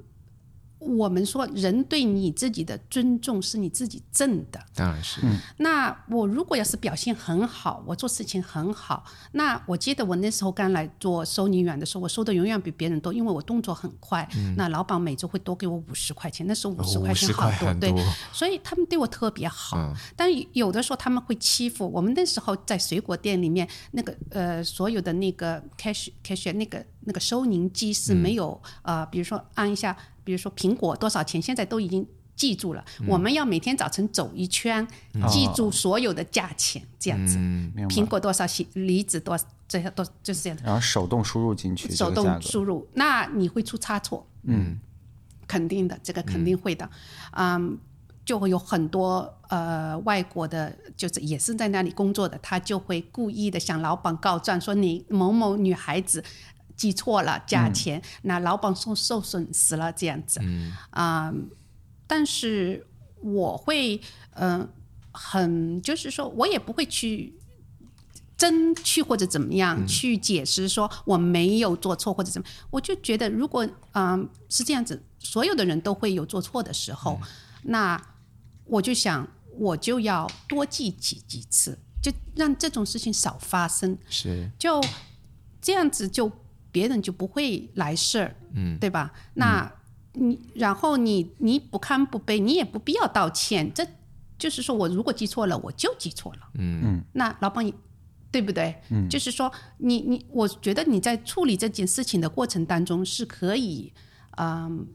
S3: 我们说人对你自己的尊重是你自己挣的，
S1: 当然是，
S3: 那我如果要是表现很好，我做事情很好，那我记得我那时候刚来做收银员的时候，我收的永远比别人多，因为我动作很快。
S1: 嗯
S3: 那老板每周会多给我五十块钱，那时候五十块钱
S1: 50
S3: 好
S1: 哦块很
S3: 对
S1: 多，
S3: 所以他们对我特别好。
S1: 嗯
S3: 但有的时候他们会欺负我们。那时候在水果店里面，那个呃，所有的那个 cash cash 那个那个收银机是
S2: 嗯
S3: 没有、呃，比如说按一下，比如说苹果多少钱，现在都已经。记住了，
S2: 嗯
S3: 我们要每天早晨走一圈，记住所有的价钱，这样子。
S2: 哦嗯 [LAUGHS] 明白
S3: 苹果多少，西梨子多，这些都就是这样的。
S2: 然后手动输入进去这
S3: 嗯手
S2: 个价
S3: 动
S2: 格，
S3: 输入，那你会出差错。嗯，肯定的，这个肯定会的。嗯，就会有很多呃外国的，就是也是在那里工作的，他就会故意的向老板告状，说你某某女孩子。记错了价钱，
S2: 嗯
S3: 那老板受受损失了这样子，嗯、但是我会，嗯、很就是说我也不会去争去或者怎么样、去解释说我没有做错或者怎么，我就觉得如果嗯、是这样子，所有的人都会有做错的时候，那我就想我就要多记几几次，就让这种事情少发生，
S1: 是，
S3: 就这样子就别人就不会来事儿，嗯，对吧？那你然后你你不堪不卑，你也不必要道歉，这就是说我如果记错了，我就记错了，嗯，那老板也。对不对？嗯，就是说，你你，我觉得你在处理这件事情的过程当中是可以，嗯，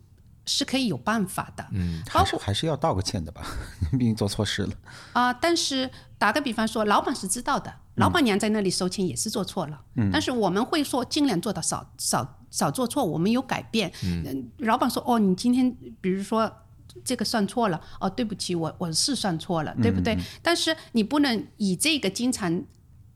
S3: 是可以有办法的。嗯，包
S2: 还
S3: 括
S2: 是还是要道个歉的吧， [LAUGHS] 毕竟做错事了。
S3: 啊、但是打个比方说，老板是知道的，老板娘在那里收钱也是做错了，但是我们会说尽量做到少少少做错，我们有改变。嗯，老板说哦，你今天比如说。这个算错了哦，对不起，我我是算错了，对不对？但是你不能以这个经常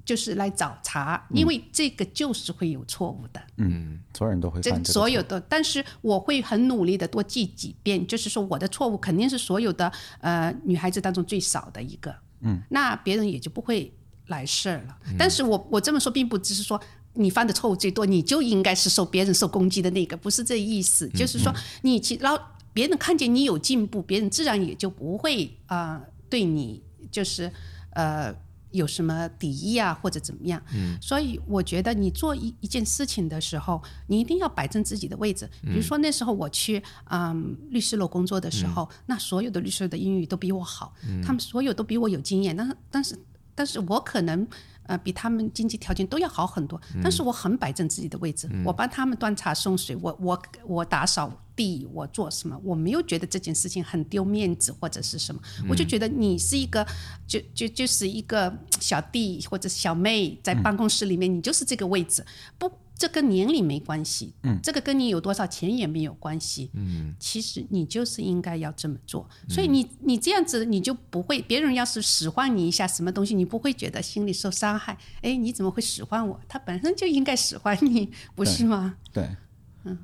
S3: 就是来找茬，因为这个就是会有错误的。
S2: 嗯， [LAUGHS] 所有人都会
S3: 这
S2: 犯这个
S3: 所有的，但是我会很努力的多记几遍，就是说我的错误肯定是所有的呃女孩子当中最少的一个，嗯，那别人也就不会来事儿了。
S2: 嗯
S3: 但是我我这么说，并不只是说你犯的错误最多，你就应该是受别人受攻击的那个，不是这意思，
S2: 嗯
S3: 就是说你其然后别人看见你有进步，别人自然也就不会啊、呃对你就是呃有什么敌意啊或者怎么样。嗯，所以我觉得你做一一件事情的时候，你一定要摆正自己的位置。比如说那时候我去嗯律师楼工作的时候，那所有的律师的英语都比我好，他们所有都比我有经验，但是但是但是我可能。呃，比他们经济条件都要好很多，但是我很摆正自己的位置，我帮他们端茶送水，我我我打扫地，我做什么，我没有觉得这件事情很丢面子或者是什么，我就觉得你是一个，就就就是一个小弟或者小妹在办公室里面，你就是这个位置，不，这跟年龄没关系，嗯，这个跟你有多少钱也没有关系，嗯，其实你就是应该要这么做，所以你你这样子你就不会，别人要是使唤你一下什么东西，你不会觉得心里受伤害，哎，你怎么会使唤我？他本身就应该使唤你，不是吗？
S2: 对，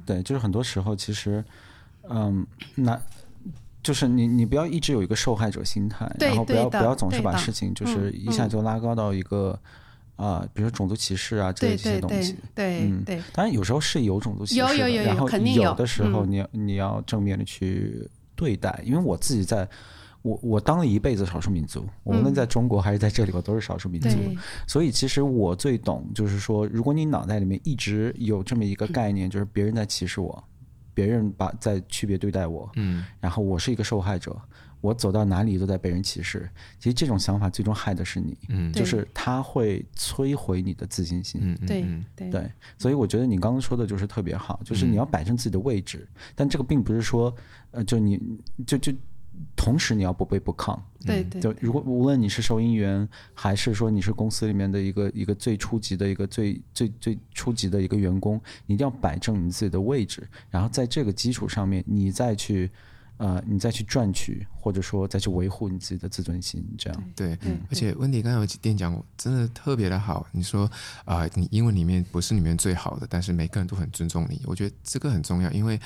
S2: 对，就是很多时候其实，嗯，那就是你你不要一直有一个受害者心态，
S3: 对
S2: 然后不
S3: 对
S2: 要不
S3: 的
S2: 要总是
S3: 对
S2: 把
S3: 的嗯
S2: 事情就是一下就拉高到一个啊、比如说种族歧视啊之类
S3: 对
S2: 这些
S3: 对
S2: 东西
S3: 对。对对
S2: 当然有时候是有种族歧视
S3: 有
S2: 的，
S3: 有有
S2: 然
S3: 有
S2: 后
S3: 肯定
S2: 有
S3: 有嗯
S2: 的时候你要你要正面的去对待，因为我自己在。我我当了一辈子少数民族，我无论在中国还是在这里，我都是少数民族。
S3: 嗯对
S2: 所以其实我最懂，就是说，如果你脑袋里面一直有这么一个概念，就是别人在歧视我，别人把在区别对待我，嗯，然后我是一个受害者，我走到哪里都在被人歧视。其实这种想法最终害的是你，嗯，就
S3: 对
S2: 是它会摧毁你的自信心，嗯，
S3: 对对
S2: 对，所以我觉得你刚刚说的就是特别好，就是
S3: 嗯
S2: 你要摆正自己的位置，但这个并不是说，呃，就你就就同时你要不卑不亢。
S3: 对对
S2: 就如果无论你是收银员，还是说你是公司里面的一个一个最初级的一个最最最初级的一个员工，你一定要摆正你自己的位置，然后在这个基础上面，你再去，呃，你再去赚取或者说再去维护你自己的自尊心，这样。
S1: 对
S3: 对，
S1: 而且温迪刚才有几点讲，真的特别的好。你说啊、呃你英文里面不是里面最好的，但是每个人都很尊重你，我觉得这个很重要，因为。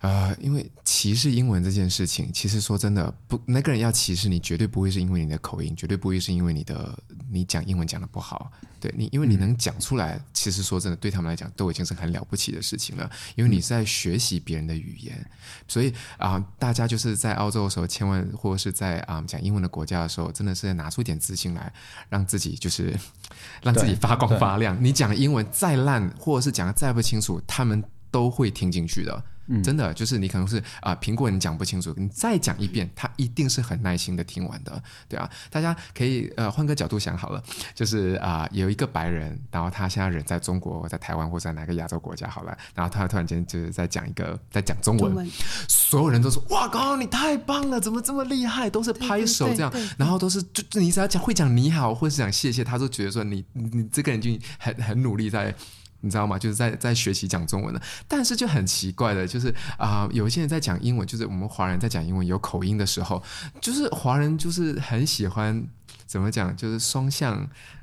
S1: 啊、因为歧视英文这件事情，其实说真的，不，那个人要歧视你，绝对不会是因为你的口音，绝对不会是因为你的你讲英文讲的不好，对你，因为你能讲出来，其实说真的，对他们来讲都已经是很了不起的事情了，因为你是在学习别人的语言，所以啊、大家就是在澳洲的时候，千万或者是在啊、讲英文的国家的时候，真的是拿出一点自信来，让自己就是 [LAUGHS] 让自己发光发亮。你讲英文再烂，或者是讲的再不清楚，他们都会听进去的。真的，就是你可能是啊、苹果你讲不清楚，你再讲一遍，他一定是很耐心的听完的，对啊。大家可以呃换个角度想好了，就是啊、有一个白人，然后他现在人在中国、在台湾或者在哪个亚洲国家好了，然后他突然间就是在讲一个在讲中文，
S3: 中文
S1: 所有人都说哇靠，你太棒了，怎么这么厉害？都是拍手
S3: 对对
S1: 这样
S3: 对对，
S1: 然后都是就就你只要讲会讲你好，或是讲谢谢，他都觉得说你你你这个人已经很很努力在。你知道吗？就是在在学习讲中文的，但是就很奇怪的，就是啊、有一些人在讲英文，就是我们华人在讲英文有口音的时候，就是华人就是很喜欢怎么讲，就是双向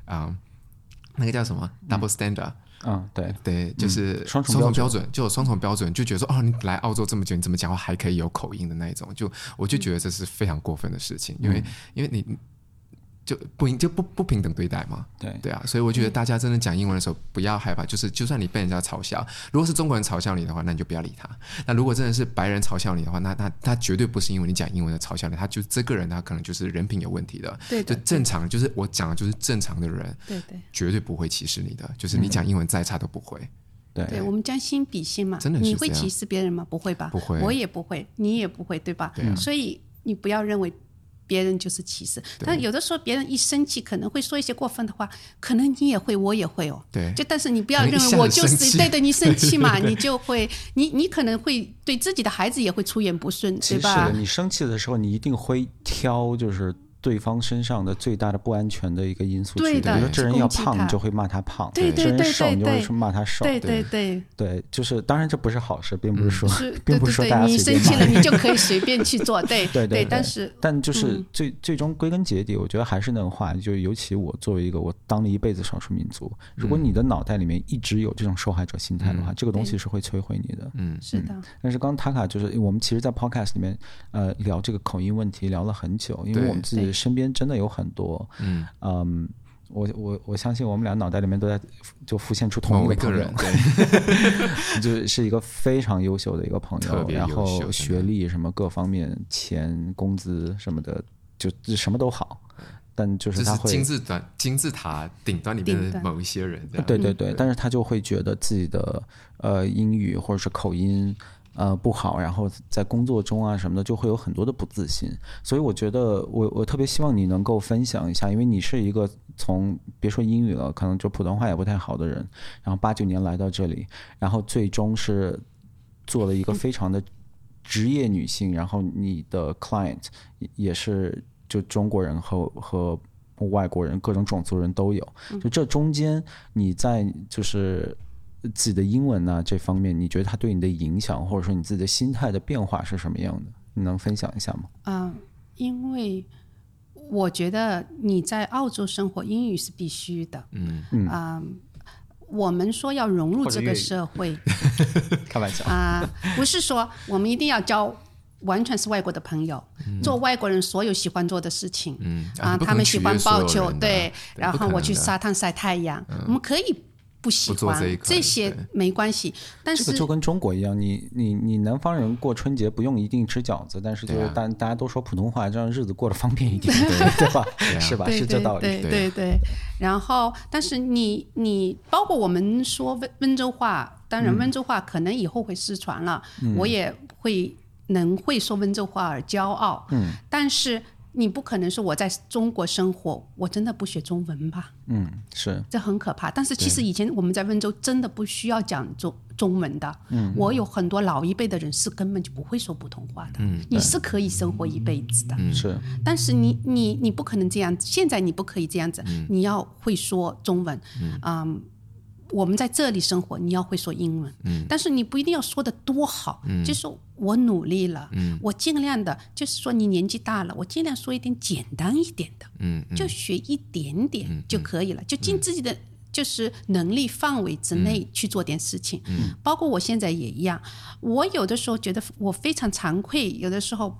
S1: 啊、那个叫什么 double standard，、
S2: 嗯，对，
S1: 对，就是
S2: 双重
S1: 重标
S2: 标准
S1: 准，就有双重标准，就觉得说哦，你来澳洲这么久，你怎么讲话还可以有口音的那一种，就我
S2: 嗯
S1: 就觉得这是非常过分的事情，因为因为你就不应就不不平等对待嘛，
S2: 对。
S1: 对啊，所以我
S2: 嗯
S1: 觉得大家真的讲英文的时候不要害怕，就是就算你被人家嘲笑，如果是中国人嘲笑你的话，那你就不要理他；那如果真的是白人嘲笑你的话，那那他绝对不是因为你讲英文的嘲笑你，他就这个人他可能就是人品有问题的，
S3: 对
S1: 就
S3: 的
S1: 正常就是我讲的就是正常的人，
S3: 对对。
S1: 绝对不会歧视你的，就是
S2: 嗯
S1: 你讲英文再差都不会。
S3: 对，我们将心比心嘛，
S1: 真的是
S3: 你
S1: 这
S3: 会
S1: 样
S3: 歧视别人吗？不会吧，
S1: 不会啊嗯
S3: 我也不会，你也不会，对吧？所以你不要认为别人就是歧视，但有的时候别人一生气可能会说一些过分的话，可能你也会，我也会哦。
S1: 对
S3: 就但是你不要
S1: 可能
S3: 认
S1: 一
S3: 为
S1: 下
S3: 我
S1: 子
S3: 就
S1: 生
S3: 是
S1: 气
S3: 对对，你生
S1: [LAUGHS]
S3: 气嘛，你就会，你你可能会对自己的孩子也会出言不顺，
S2: 其
S3: 对
S2: 实
S3: 吧？
S2: 你生气的时候，你一定会挑就是对方身上的最大的不安全的一个因素
S3: 对
S2: 去
S3: 的
S2: 比如说这人
S3: 去
S2: 要
S3: 攻击
S2: 胖，
S3: 他
S2: 你就会骂他胖；
S3: 对对
S2: 这人
S3: 对
S2: 瘦，
S3: 对
S2: 你就会
S3: 对
S2: 说骂他瘦。
S3: 对对对，
S2: 对，就是当然这不是好事，并不是说
S3: 是，
S2: 并
S3: 对
S2: 不是
S3: 对
S2: 说大家
S3: 对，你
S2: 随便
S3: 生气
S2: 骂
S3: 了，
S2: 人。
S3: 你就可以随便去做，对
S2: [LAUGHS] 对对对
S3: 但是
S2: 但就是
S3: 嗯
S2: 最最终归根结底，我觉得还是那个话，就是尤其我作为一个我当了一辈子少数民族，如果你的脑袋里面一直有这种受害者心态的话，这个东西是会摧毁你的。
S1: 嗯
S3: 是的，
S2: 但是刚刚塔卡就是我们其实，在 podcast 里面，呃，聊这个口音问题聊了很久，因为
S1: 对
S2: 我们自己身边真的有很多，嗯我我我相信我们俩脑袋里面都在就浮现出同一
S1: 某
S2: 个
S1: 一个
S2: 朋友
S1: 人，对，
S2: [LAUGHS] 就是一个非常优秀的一个朋
S1: 特
S2: 友，
S1: 别
S2: 然
S1: 优秀真
S2: 后
S1: 的
S2: 学历什么各方面、钱、工资什么的，就什么都好。但就是
S1: 就
S2: 他
S1: 嗯是
S2: 会
S1: 金字短金字塔顶端里面
S3: 顶
S1: 的
S3: 端
S1: 某一些人这样。
S2: 对对对，但是他就会觉得自己的呃英语或者是口音呃不好，然后在工作中啊什么的就会有很多的不自信。所以我觉得我我特别希望你能够分享一下，因为你是一个从别说英语了，可能就普通话也不太好的人，然后八九年来到这里，然后最终是做了一个非常的职业女性，然后你的 client 也也是就中国人和和外国人各种种族人都有，就这中间你在就是自己的英文呢、啊这方面，你觉得它对你的影响，或者说你自己的心态的变化是什么样的？你能分享一下吗？
S3: 啊、因为我觉得你在澳洲生活，英语是必须的。嗯啊、我们说要融入
S1: 或者
S3: 这
S1: 粤
S3: 个
S1: 语
S3: 社会
S2: [LAUGHS] 开玩笑，
S3: 啊、不是说我们一定要交完全是外国的朋友，做外国人所有喜欢做的事情。
S1: 嗯
S3: 啊、
S1: 你不可
S3: 他们
S1: 能
S3: 喜
S1: 取悦
S3: 欢
S1: 所有
S3: 抱球，
S1: 人的啊
S3: 对，然
S1: 不
S3: 后
S1: 可
S3: 我
S1: 能
S3: 去
S1: 的嗯
S3: 沙滩晒太阳，我们可以不喜
S1: 不做
S3: 欢
S1: 这一块
S3: 些
S1: 对
S3: 没关系，但
S2: 这个
S3: 是
S2: 就跟中国一样，你你你南方人过春节不用一定吃饺子，但是就是
S1: 对啊
S2: 大、大家都说普通话，这样日子过得方便一点， [LAUGHS] 对啊吧？是吧？
S3: 对
S2: 是
S3: 对
S2: 这道理。
S3: 对啊对对。然后，但是你你包括我们说温温州话，当
S2: 嗯
S3: 然温州话可能以后会失传了，我也会能会说温州话而骄傲。嗯，但是你不可能说我在中国生活，我真的不学中文吧？
S2: 嗯，是
S3: 这很可怕。但是其实以前我们在温州真的不需要讲中中文的。嗯，我有很多老一辈的人是根本就不会说普通话的。嗯，你是可以生活一辈子的。
S2: 是，
S3: 但是你你你不可能这样，现在你不可以这样子，
S1: 嗯
S3: 你要会说中文，嗯。我们在这里生活，你要会说英文，
S1: 嗯
S3: 但是你不一定要说的多好，就是说我努力了，
S1: 嗯
S3: 我尽量的，就是说你年纪大了，我尽量说一点简单一点的，
S1: 嗯
S3: 就学一点点就可以了，就尽自己的就是能力范围之
S1: 嗯
S3: 内去做点事情。包括我现在也一样，我有的时候觉得我非常惭愧，有的时候。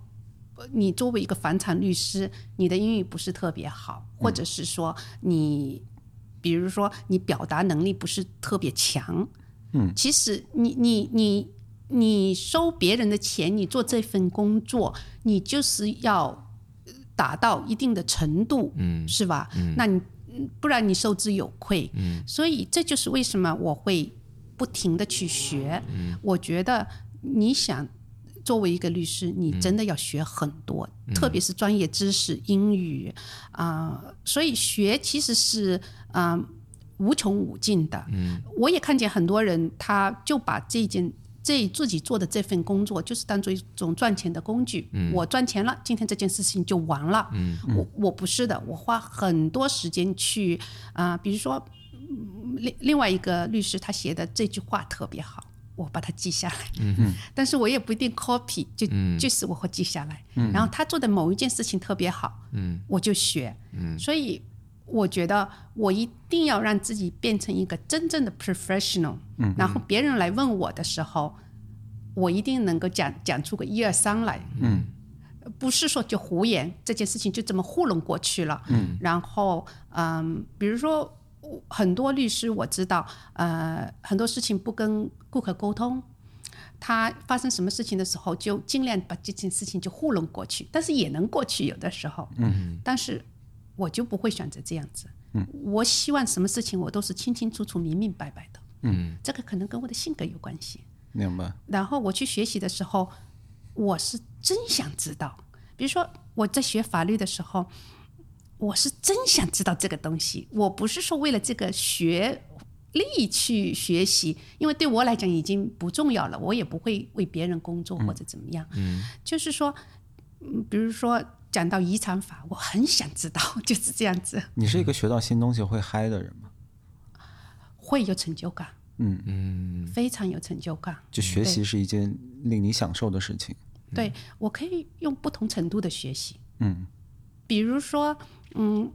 S3: 呃你作为一个房产律师，你的英语不是特别好，或者是说你，比如说你表达能力不是特别强，嗯，其实你你你你收别人的钱，你做这份工作，你就是要达到一定的程度，嗯，是吧？嗯、那你嗯不然你受之有愧，嗯，所以这就是为什么我会不停的去学，嗯，我觉得你想。作为一个律师，你真的要学很多，特别是专业知识、英语啊、所以学其实是啊、无穷无尽的。嗯，我也看见很多人，他就把这件这自己做的这份工作，就是当做一种赚钱的工具。嗯，我赚钱了，今天这件事情就完了。嗯，我我不是的，我花很多时间去啊、比如说嗯另另外一个律师他写的这句话特别好。我把它记下来，嗯、但是我也不一定 copy，就、就是我会记下来。然后他做的某一件事情特别好，嗯、我就学。嗯、所以我觉得我一定要让自己变成一个真正的 professional，、然后别人来问我的时候，我一定能够讲讲出个一二三来，嗯，不是说就胡言这件事情就这么糊弄过去了，嗯，然后嗯，比如说我很多律师我知道，呃，很多事情不跟顾客沟通。他发生什么事情的时候，就尽量把这件事情就糊弄过去，但是也能过去，有的时候。嗯。但是我就不会选择这样子。嗯，我希望什么事情我都是清清楚楚、明明白白的。嗯，这个可能跟我的性格有关系。
S2: 明白。
S3: 然后我去学习的时候，我是真想知道。比如说我在学法律的时候，我是真想知道这个东西，我不是说为了这个学历去学习，因为对我来讲已经不重要了，我也不会为别人工作或者怎么样。嗯，就是说，嗯比如说讲到遗产法，我很想知道， [LAUGHS] 就是这样子，
S2: 你是一个学到新东西会嗨的人吗？
S3: 会有成就感。嗯嗯，非常有成就感。
S2: 就学习是一件令你享受的事情。
S3: 对我可以用不同程度的学习。嗯，比如说，嗯，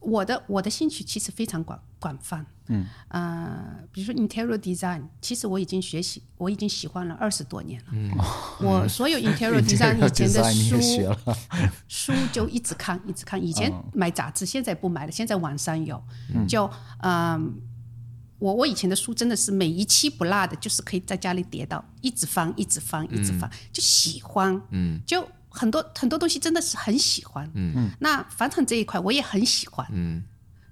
S3: 我的我的兴趣其实非常广广泛。嗯，呃，比如说 interior design，其实我已经学习，我已经喜欢了二十多年了。嗯，我
S2: [LAUGHS]
S3: 所有 interior design 以前的
S2: design 你也学
S3: 书
S2: 了，
S3: 书就一直看一直看，以前买杂志，现在不买了，现在网上有。就嗯。我我以前的书真的是每一期不落的，就是可以在家里跌倒，一直翻，一直翻，一直翻，就喜欢。嗯，就很多很多东西真的是很喜欢，嗯嗯，那房产这一块我也很喜欢，
S1: 嗯，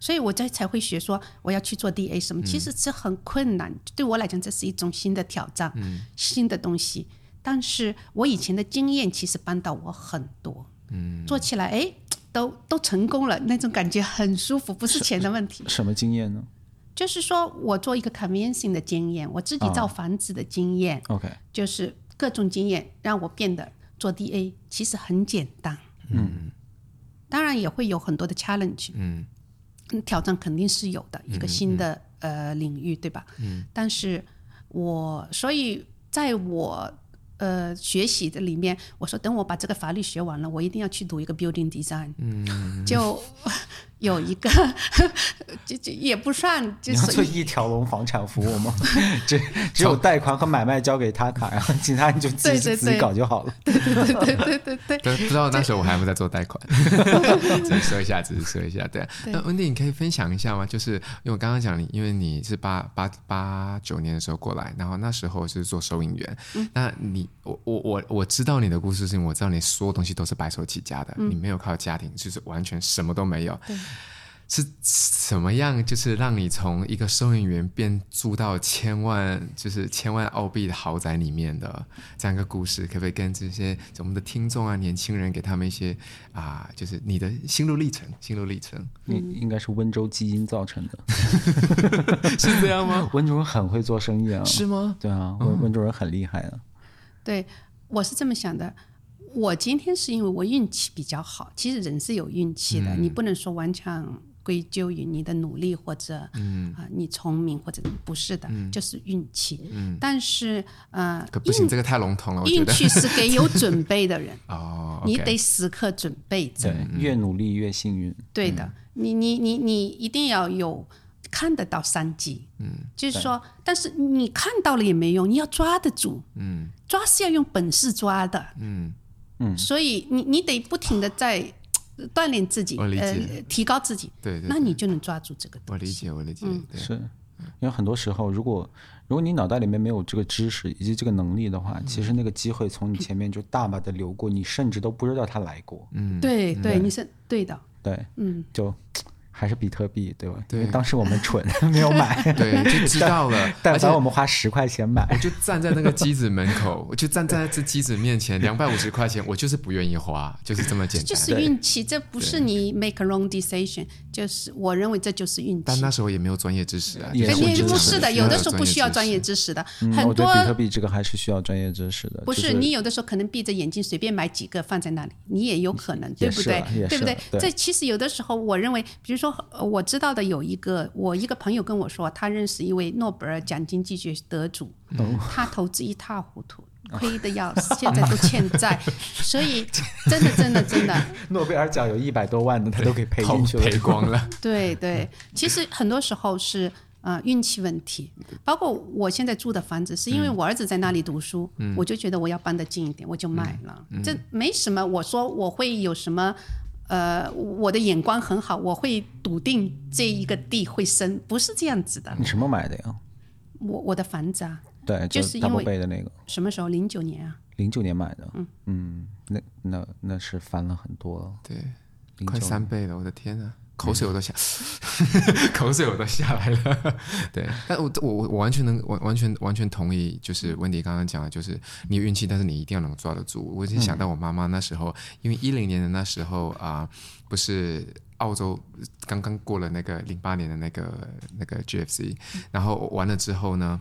S3: 所以我这才会学说我要去做 DA 什么，其实是很困难，对我来讲这是一种新的挑战，嗯，新的东西，但是我以前的经验其实帮到我很多，嗯，做起来哎都都成功了，那种感觉很舒服，不是钱的问题，
S2: 什么经验呢
S3: 就是说我做一个 convincing 的经验，我自己造房子的经验，
S2: ？OK，
S3: 就是各种经验让我变得做 DA 其实很简单。嗯，当然也会有很多的 challenge。
S1: 嗯
S3: 嗯，挑战肯定是有的，一个新的、呃领域，对吧？嗯，但是我所以在我。呃，学习的里面，我说等我把这个法律学完了，我一定要去读一个 building design，、嗯、就有一个，就就也不算，就
S2: 你要
S3: 是
S2: 做一条龙房产服
S3: [LAUGHS]
S2: 务吗？只只有贷款和买卖交给他卡，然后其他你就自己
S3: 对对对
S2: 自己搞就好了。
S3: 对对对对，
S1: 但不知道那时候我还没在做贷款，只是说一下，只是说一下。对，啊
S3: 对
S1: 那温迪，你可以分享一下吗？就是因为我刚刚讲你，因为你是八八八九年的时候过来，然后那时候是做收银员。那你我我我我知道你的故事是因为我知道你所有东西都是白手起家的，你没有靠家庭，就是完全什么都没有。是怎么样？就是让你从一个收银员变住到千万，就是千万澳币的豪宅里面的这样一个故事，可不可以跟这些我们的听众啊、年轻人给他们一些啊、就是你的心路历程，心路历
S3: [LAUGHS]
S1: 程
S2: 应应该是温州基因造成的。
S1: 是这样
S3: 嗯
S1: 吗？
S2: [LAUGHS] 温州人很会做生意啊，
S1: [LAUGHS] 是吗？
S2: 对啊，温温州人很厉害啊的、
S3: 对，我是这么想的。我今天是因为我运气比较好，其实人是有运气的，
S1: 嗯
S3: 你不能说完全归咎于你的努力或者嗯啊、你聪明或者不是的，就是运气。嗯、但是呃
S1: 可，不行，这个太笼统了，我觉
S3: 运
S1: 得。
S3: 气是给有准备
S1: [LAUGHS]
S3: 的人，
S1: 哦，
S3: 你
S1: OK
S3: 得时刻准备着。
S2: 对，嗯越努力越幸运。
S3: 对
S1: 嗯
S3: 的，你你你你一定要有看得到商机，嗯，就是说，但是你看到了也没用，你要抓得住，嗯，抓是要用本事抓的，嗯嗯，所以你你得不停的在呃锻炼自己，
S1: 我理解
S3: 呃，提高自己，
S1: 对对
S3: 那嗯你就能抓住这个
S1: 我理
S3: 东西。
S1: 解，我理解。对
S2: 是，因为很多时候，如果如果你脑袋里面没有这个知识以及这个能力的话，其实那个机会从你前面就大把的流过，你甚至都不知道它来过。
S3: 对
S1: 嗯
S3: 对，你是对的，
S2: 对，
S3: 嗯，
S2: 就还是比特币，对吧？
S1: 对
S2: 因为当时我们蠢， [LAUGHS] 没有买。。
S1: 对，就知道
S3: [LAUGHS]
S1: 了
S2: 但
S1: 而且
S2: 凡我们花十块钱买
S1: 我，就站在那个机子门口，我就站在这机子面
S3: [LAUGHS]
S1: 前，两百五十块钱，我就是不愿意花，就是这么简单。
S3: 就是运气，这不是你 make a wrong decision，就是我认为这就是运
S1: 但
S3: 气
S1: 那。时候也没有专业知识啊，
S2: 也
S1: 就
S3: 对
S2: 是
S1: 我
S3: 你
S1: 只
S3: 不
S1: 讲
S3: 是的，
S1: 需
S3: 有
S1: 要
S3: 的时候不需要
S1: 知识
S3: 专业知识的，
S2: 嗯
S3: 很
S2: 我对
S3: 多
S2: 比特币这个还是需要专业知识的。
S3: 不，
S2: 就是
S3: 你有的时候可能闭着眼睛随便买几个放在那里，你也有可能，
S2: 也
S3: 对不
S2: 是
S3: 对
S2: 啊也？
S3: 对不
S2: 是
S3: 对
S2: 啊？对
S3: 这其实有的时候，我认为，比如说呃我知道的有一个，我一个朋友跟我说，他认识一位诺贝尔奖经济学得主，
S2: 哦
S3: 他投资一塌糊
S2: [LAUGHS]
S3: 涂。亏的要死，现在都欠债，所以真的真的真的，
S2: 诺贝尔奖有一百多万的，他都给赔
S1: 投
S2: 进去了。
S1: 赔光了。
S3: 对对，其实很多时候是呃运气问题，包括我现在住的房子，是因为我儿子在那里读书，我就觉得我要搬得近一点，我就买了，这没什么。我说我会有什么？呃，我的眼光很好，我会笃定这一个地会升，不是这样子的。
S2: 你什么买的呀？
S3: 我我的房子啊，
S2: 对，
S3: 就是是因
S2: Double
S3: 为
S2: Bay 的那个，
S3: 什么时候？零九年啊，
S2: 零九年买的。嗯那那那是翻了很多了。
S1: 对，
S2: 零
S1: 快
S2: 九
S1: 三倍了，我的天啊！口水我都下， [LAUGHS] 口水我都下来了。对，但我我我完全能完完全完全同意，就是温迪刚刚讲的，就是你有运气，但是你一定要能抓得住。我已经想到我妈妈那时候，因为一零年的那时候啊、不是澳洲刚刚过了那个零八年的那个那个 GFC，然后完了之后呢，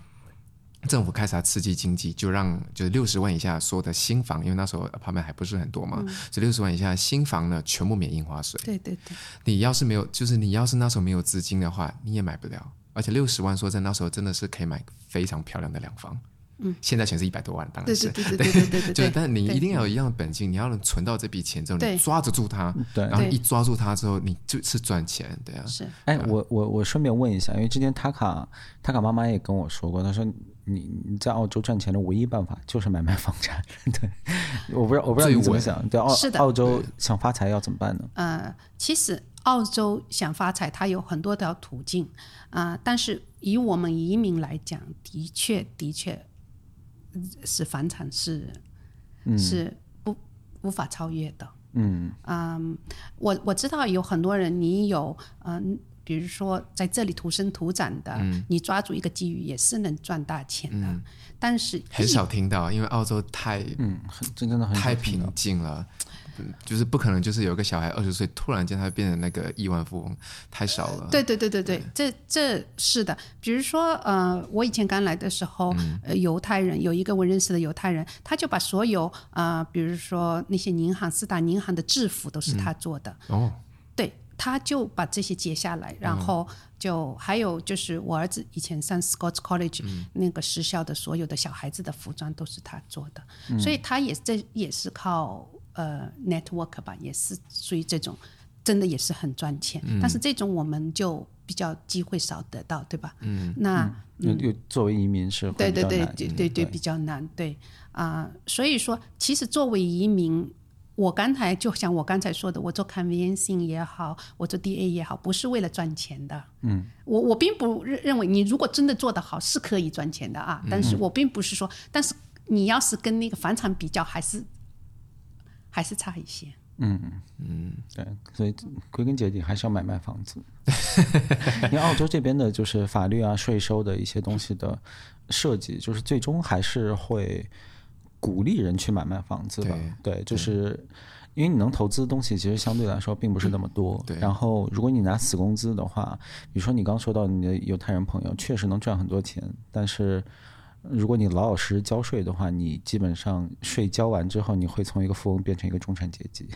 S1: 政府开始要刺激经济，就让就是六十万以下所有的新房，因为那时候 apartment 还不是很多嘛，
S3: 嗯
S1: 所以六十万以下的新房呢全部免印花税。
S3: 对对对，
S1: 你要是没有，就是你要是那时候没有资金的话，你也买不了。而且六十万，说真的，那时候真的是可以买非常漂亮的两房。嗯，现在全是一百多万，当然
S3: 对
S1: 是
S3: 对。对对对
S1: [LAUGHS] 就
S3: 对对
S1: 是，
S3: 对对，
S1: 但你一定要有一样的本金，你要能存到这笔钱之后，
S3: 对嗯
S1: 你抓得住它，
S2: 对
S1: 然后
S3: 对
S1: 一抓住它之后，你就是赚钱，对啊，
S3: 是
S2: 哎，我我我顺便问一下，因为之前塔卡塔卡妈妈也跟我说过，她说你你在澳洲赚钱的唯一办法就是买卖房产。 [LAUGHS] 对，我不知道我不知道
S1: 最
S2: 你怎么
S1: 稳
S2: 想，对澳
S3: 是的
S2: 澳洲想发财要怎么办呢？
S3: 呃，其实澳洲想发财，它有很多条途径啊、但是以我们移民来讲，的确的确嗯是房产是、是不无法超越的。嗯嗯，我我知道有很多人，你有嗯、比如说在这里土生土长的，
S1: 嗯
S3: 你抓住一个机遇也是能赚大钱的，但是
S1: 很少听到，因为澳洲太
S2: 嗯，很这真的很
S1: 太
S2: 少听到
S1: 平静了。嗯就是不可能，就是有个小孩二十岁，突然间他变成那个亿万富翁，太少了。
S3: 对对对对对，这这是的。比如说，呃，我以前刚来的时候，呃，犹太人有一个我认识的犹太人，他就把所有啊、呃比如说那些银行四大银行的制服都是他做的，
S1: 哦，
S3: 对，他就把这些截下来，然后就还有就是我儿子以前上 Scotts College、那个时校的所有的小孩子的服装都是他做的，所以他也这也是靠呃 network 吧，也是属于这种真的也是很赚钱，但是这种我们就比较机会少得到，对吧？嗯，那。
S2: 又又作为移民是会
S3: 对
S2: 比
S3: 对
S2: 较
S3: 对
S2: 难嗯
S3: 对对对，比较难，对啊、所以说，其实作为移民，我刚才就像我刚才说的，我做 conveyancing 也好，我做 DA 也好，不是为了赚钱的。嗯，我我并不认认为你如果真的做得好是可以赚钱的啊，
S2: 嗯
S3: 但是我并不是说，但是你要是跟那个房产比较，还是还是差一些。
S2: 对，所以归根结底还是要买卖房 [LAUGHS] 子，因为澳洲这边的就是法律啊、税收的一些东西的设计，就是最终还是会鼓励人去买卖房子吧。对，就是因为你能投资的东西，其实相对来说并不是那么多。
S1: 对
S2: 然后如果你拿死工资的话，比如说你刚说到你的犹太人朋友，确实能赚很多钱，但是。如果你老老实实交税的话，你基本上税交完之后，你会从一个富翁变成一个中产阶级。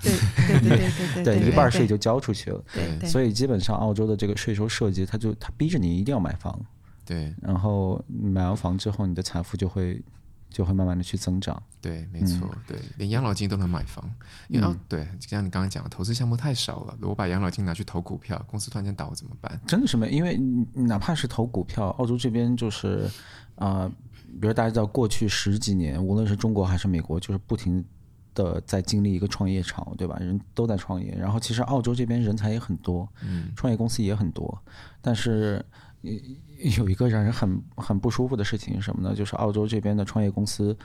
S3: 对对对对对
S2: 对，
S3: 对，
S2: 一半儿税就交出去了。
S3: 对对，
S2: 所以基本上澳洲的这个税收设计，它就它逼着你一定要买房，
S1: 对
S2: 然后买完房之后，你的财富就会就会慢慢的去增长。
S1: 对，没错，
S2: 嗯
S1: 对，连养老金都能买房，因为、哦对，就像你刚刚讲的，投资项目太少了。如果把养老金拿去投股票，公司突然间倒了怎么办？
S2: 真的是没，因为你哪怕是投股票，澳洲这边就是，啊、比如大家知道过去十几年，无论是中国还是美国，就是不停的在经历一个创业潮，对吧？人都在创业，然后其实澳洲这边人才也很多，创业公司也很多，但是。呃有一个让人很很不舒服的事情是什么呢？就是澳洲这边的创业公司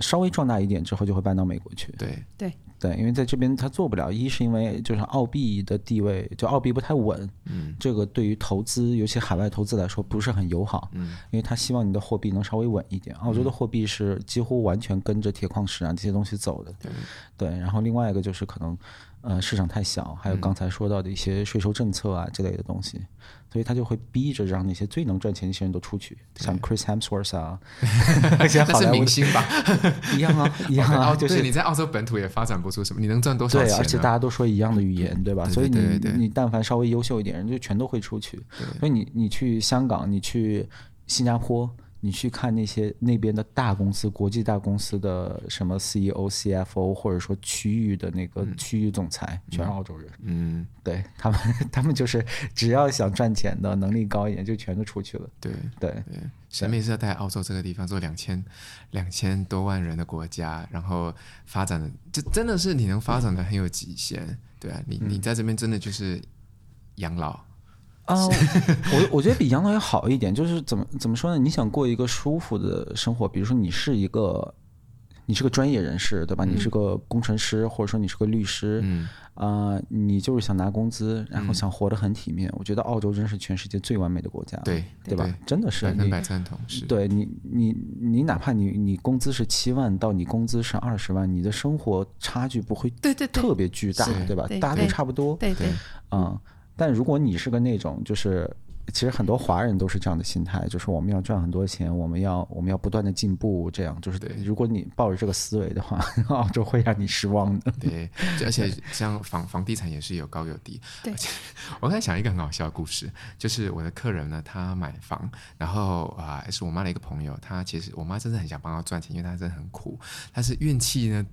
S2: 稍微壮大一点之后，就会搬到美国去。 [LAUGHS]
S1: 对，
S2: 对，因为在这边他做不了，一是因为就是澳币的地位，就澳币不太稳，嗯，这个对于投资，尤其海外投资来说不是很友好，嗯，因为他希望你的货币能稍微稳一点。澳洲的货币是几乎完全跟着铁矿石啊这些东西走的，对，然后另外一个就是可能，呃，市场太小，还有刚才说到的一些税收政策啊之类的东西，所以他就会逼着让那些最能赚钱的一些人都出去，像 Chris Hemsworth 啊，那些
S1: 那
S2: 好
S1: 是
S2: 莱坞
S1: 明星
S2: [LAUGHS]
S1: 吧？
S2: 一样 [LAUGHS] 啊，一样
S1: 然
S2: 啊，
S1: 后
S2: 就是
S1: 对你在澳洲本土也发展不出什么，你能赚多少
S2: 对，
S1: 钱、呢？
S2: 而且大家都说一样的语言，对吧？
S1: 对
S2: 所以
S1: 对对
S2: 你
S1: 对
S2: 你但凡稍微优秀一点，人就全都会出去。所以你你去香港，你去新加坡，你去看那些那边的大公司、国际大公司的什么 E CEO、CFO，或者说区域的那个区域总裁，全是澳洲人。
S1: 嗯，
S2: 对他们， [LAUGHS] 他们就是只要想赚钱的，能力高一点，就全都出去了。
S1: 对。
S2: 对，
S1: 神秘是要在澳洲这个地方做两千两千多万人的国家，然后发展的，这真的是你能发展的很有极限，对啊，你
S2: 嗯
S1: 你在这边真的就是养老，
S2: 啊、 [LAUGHS] 我我觉得比养老要好一点，就是怎么怎么说呢？你想过一个舒服的生活，比如说你是一个你是个专业人士，对吧？你是个工程师，或者说你是个律师，
S1: 嗯，
S2: 啊、你就是想拿工资，然后想活得很体面。我觉得澳洲真是全世界最完美的国家，
S1: 对
S2: 啊对吧？真的是啊
S1: 百分
S2: 你
S1: 百赞同，是
S2: 对你，你你哪怕你你工资是七万到你工资是二十万，你的生活差距不会
S3: 对对对
S2: 特别巨大，
S3: 是
S2: 对吧
S3: 对？
S2: 大家都
S3: 对
S2: 差不多，
S3: 对对
S2: 嗯，但如果你是个那种，就是其实很多华人都是这样的心态，就是我们要赚很多钱，我们要我们要不断的进步，这样就是如果你抱着这个思维的话， [LAUGHS] 澳洲会让你失望的。
S1: 对，就而且像房 [LAUGHS] 房地产也是有高有低。
S3: 对
S1: 而且我刚才想一个很好笑的故事，就是我的客人呢，他买房，然后啊、是我妈的一个朋友，她其实我妈真的很想帮她赚钱，因为她真的很苦，但是运气呢。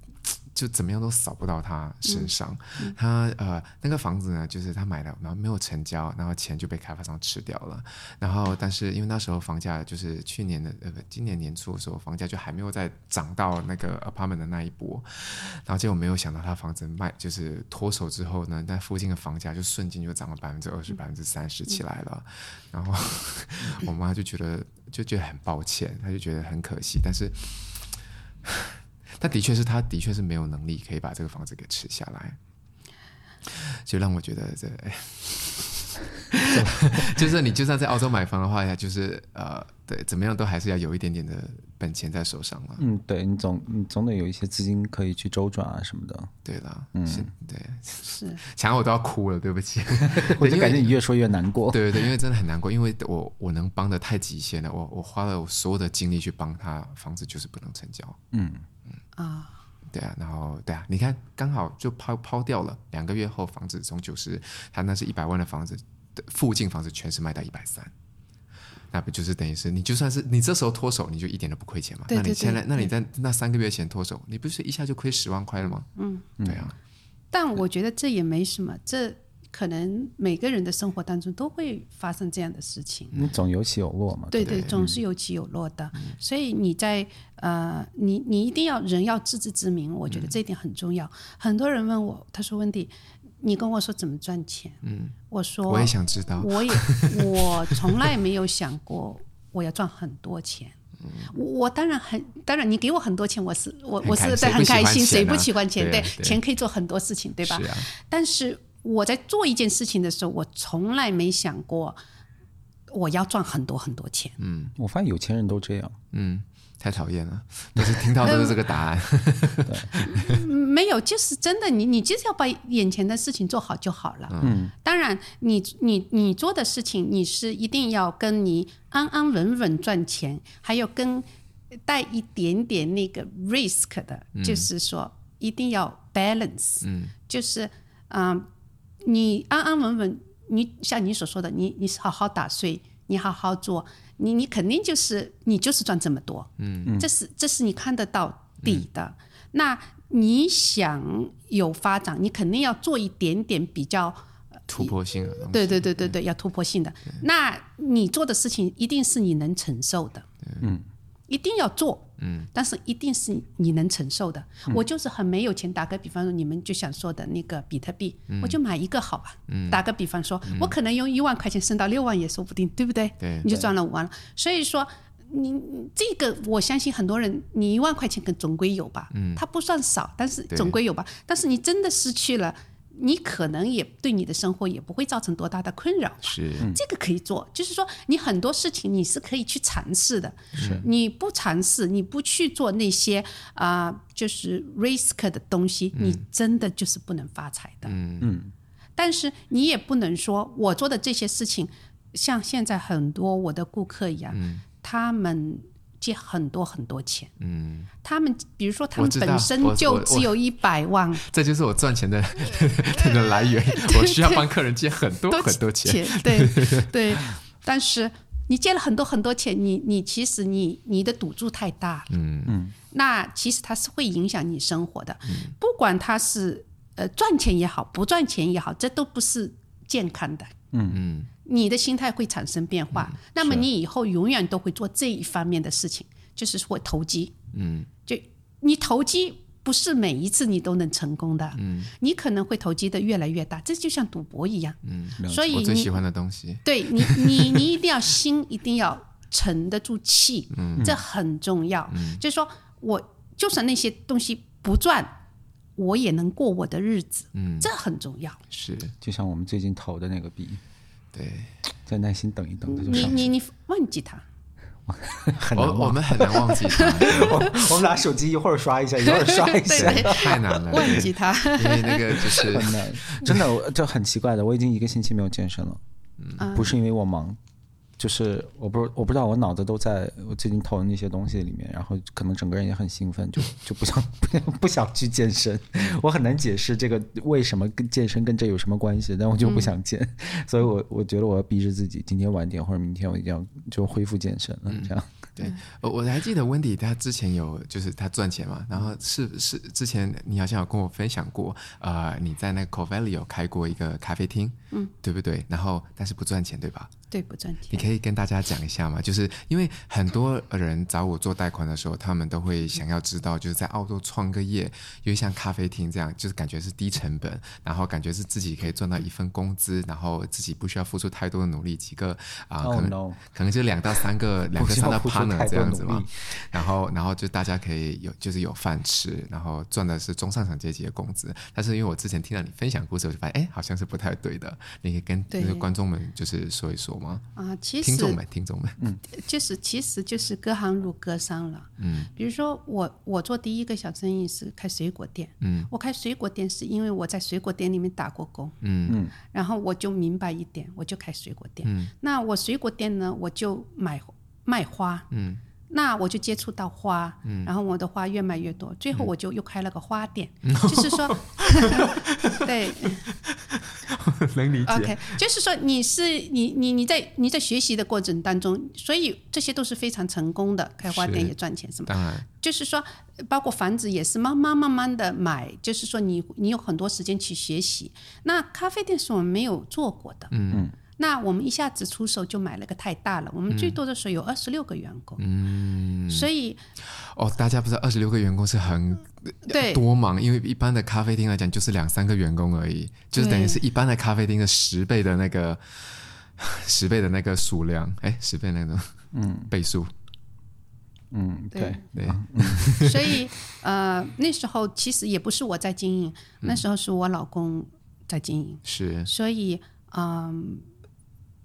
S1: 就怎么样都扫不到她身上，她呃那个房子呢，就是她买了，然后没有成交，然后钱就被开发商吃掉了。然后但是因为那时候房价就是去年的呃不今年年初的时候，房价就还没有再涨到那个 apartment 的那一波，然后结果没有想到他房子卖就是脱手之后呢，那附近的房价就瞬间就涨了百分之二十、百分之三十起来了。然后我 [LAUGHS] 妈就觉得就觉得很抱歉，她就觉得很可惜，但是。但的确是他的确是没有能力可以把这个房子给吃下来，就让我觉得这， [LAUGHS] 就是你就算在澳洲买房的话，就是呃，对，怎么样都还是要有一点点的本钱在手上了。
S2: 嗯，对你总你总得有一些资金可以去周转啊什么的。
S1: 对啦，嗯，是对，
S3: 是
S1: [LAUGHS] 想想我都要哭了，对不起。
S2: [LAUGHS] 我就感觉你越说越难过。
S1: 对对对，因为真的很难过，因为我我能帮的太极限了，我我花了我所有的精力去帮他，房子就是不能成交。
S2: 嗯
S3: 啊，
S1: 对啊，然后对啊，你看刚好就抛抛掉了，两个月后房子从九十，他那是一百万的房子，附近房子全是卖到一百三。那不就是等于是你就算是你这时候脱手，你就一点都不亏钱嘛？
S3: 对
S1: 那你
S3: 对
S1: 现在
S3: 对，
S1: 那你在那三个月前脱手，你不是一下就亏十万块了吗？嗯，对啊，
S3: 但我觉得这也没什么，这可能每个人的生活当中都会发生这样的事情。
S2: 你总有起有落嘛。
S3: 哦对嗯对，总是有起有落的。所以你在呃，你你一定要人要自知之明，我觉得这一点很重要。很多人问我，他说：“温迪，你跟我说怎么赚钱？”嗯，我说
S1: 我也想知道，
S3: 我也我从来没有想过我要赚很多钱。我我当然很当然，你给我很多钱，我是我
S1: 很
S3: 我
S1: 开
S3: 是在很
S1: 谁不喜
S3: 开
S1: 欢
S3: 心，
S1: 钱
S3: 谁不
S1: 啊
S3: 喜欢钱？
S1: 对啊对
S3: 钱可以做很多事情，对吧？
S1: 是啊，
S3: 但是我在做一件事情的时候，我从来没想过我要赚很多很多钱。
S2: 我发现有钱人都这样。
S1: 嗯，太讨厌了，但是听到都是这个答
S3: [LAUGHS]
S1: 案，
S3: 没有，就是真的，你你就是要把眼前的事情做好就好了。嗯，当然，你你你做的事情，你是一定要跟你安安稳稳赚钱，还有跟带一点点那个 risk 的，就是说一定要 balance。嗯，就是嗯、你安安稳稳，你像你所说的，你你好好打碎，你好好做，你你肯定就是你就是赚这么多。嗯，这是这是你看得到底的。那你想有发展，你肯定要做一点点比较，
S1: 突破性的东西。嗯
S3: 对对对对对，要突破性的。那你做的事情一定是你能承受的，嗯，一定要做，嗯，但是一定是你能承受的。
S1: 嗯
S3: 我就是很没有钱，打个比方说，你们就想说的那个比特币，
S1: 嗯
S3: 我就买一个好吧，打个比方说，我可能用一万块钱升到六万也说不定，对不对？
S1: 对
S3: 你就赚了五万了。所以说，你你这个我相信很多人，你一万块钱跟总归有吧，嗯，它不算少，但是
S1: 对
S3: 总归有吧。但是你真的失去了，你可能也对你的生活也不会造成多大的困扰。
S1: 是，
S3: 这个可以做，就是说你很多事情你是可以去尝试的。你不尝试，你不去做那些啊、就是 risk 的东西，
S1: 嗯
S3: 你真的就是不能发财的。嗯但是你也不能说我做的这些事情，像现在很多我的顾客一样，
S1: 嗯
S3: 他们借很多很多钱。嗯。他们比如说，他
S1: 我
S3: 们
S1: 知道
S3: 本身
S1: 我
S3: 就
S1: 我
S3: 只有一百万，
S1: 这就是我赚钱
S3: [LAUGHS]
S1: 的的来源，我需要帮客人借很多很多钱。
S3: 钱，对对。但是你借了很多很多钱，你你其实你你的赌注太大了，嗯嗯，那其实它是会影响你生活的，不管它是呃赚钱也好，不赚钱也好，这都不是健康的，嗯嗯。你的心态会产生变化，那么你以后永远都会做这一方面的事情，就是说投机。嗯，就你投机不是每一次你都能成功的，嗯，你可能会投机的越来越大，这就像赌博一样，嗯，所以
S1: 我最
S3: 你
S1: 喜欢的东西，
S3: 对你，你你一定要心一定要沉得住气，
S1: 嗯
S3: 这很重要。就是说我就算那些东西不赚，我也能过我的日子，
S1: 嗯
S3: 这很重要。
S1: 是
S2: 就像我们最近投的那个币，
S1: 对。
S2: 再耐心等一等，它就
S3: 你 [LAUGHS]
S2: 上去
S3: 你你忘记它，
S2: 很难
S1: 我我
S2: 忘。
S1: 们很难忘记
S2: [LAUGHS]
S1: 它，
S2: 哦我们拿手机一会儿刷一 [LAUGHS] 下，一会儿刷一
S3: 对
S2: 下。
S3: 对，
S1: 太难了，
S3: 忘记它。 [LAUGHS]
S1: 因为那个就是
S2: 很难， [LAUGHS] 真的，我这很奇怪的。我已经一个星期没有健身了，不是因为我忙，就是我不我不知道我脑子都在我最近投的那些东西里面，然后可能整个人也很兴奋，就就不想 [LAUGHS] 不想不想去健身。我很难解释这个为什么跟健身跟这有什么关系，但我就不想健，所以我我觉得我要逼着自己，今天晚点或者明天我一定要就恢复健身了，这样。
S1: 对，我我还记得温迪他之前有就是他赚钱嘛，然后是是之前你好像有跟我分享过，呃，你在那个 Covelli 有开过一个咖啡厅，嗯，对不对？然后但是不赚钱对吧？
S3: 对，不赚
S1: 你
S3: 钱。
S1: 可以跟大家讲一下吗？就是因为很多人找我做贷款的时候，他们都会想要知道，就是在澳洲创个业，因为像咖啡厅这样，就是感觉是低成本，然后感觉是自己可以赚到一份工资，然后自己不需要付出太多的努力，几个啊、
S2: Oh
S1: 可能
S2: no
S1: 可能就两到三个两个三个
S2: [LAUGHS] 不需要付出太
S1: partner 这
S2: 多
S1: 样子
S2: 努
S1: 嘛
S2: 力。
S1: 然后，然后就大家可以有就是有饭吃，然后赚的是中上层阶级的工资。但是因为我之前听到你分享故事，我就发现哎，好像是不太对的。你可以跟
S3: 对
S1: 那个观众们就是说一说吗？
S3: 啊、其实
S1: 听众们，听众们，
S3: 就是其实就是隔行如隔山了。嗯，比如说我我做第一个小生意是开水果店。嗯，我开水果店是因为我在水果店里面打过工。嗯嗯，然后我就明白一点，我就开水果店。嗯，那我水果店呢，我就买卖花。嗯。那我就接触到花，嗯、然后我的花越卖越多，最后我就又开了个花 [LAUGHS] 店，就是说，对，
S1: 能理
S3: OK，就是说你是你你你在你在学习的过程当中，所以这些都是非常成功的，开花店
S1: 是
S3: 也赚钱什么。
S1: 当然，
S3: 就是说，呃包括房子也是慢慢慢慢的买，就是说你你有很多时间去学习。那咖啡店是我们没有做过的，嗯嗯。那我们一下子出手就买了个太大了，我们最多的
S1: 嗯
S3: 时候有二十六个员工，嗯，所以
S1: 哦，大家不知道二十六个员工是很
S3: 对
S1: 呃多忙，因为一般的咖啡厅来讲就是两三个员工而已，就是等于是一般的咖啡厅的十倍的那个 [LAUGHS] 十倍的那个数量，哎，十倍那种，嗯，倍数，
S2: 嗯，对，
S1: 对，
S3: 所以呃那时候其实也不是我在经营，
S1: 嗯
S3: 那时候是我老公在经营，
S1: 是
S3: 所以，嗯，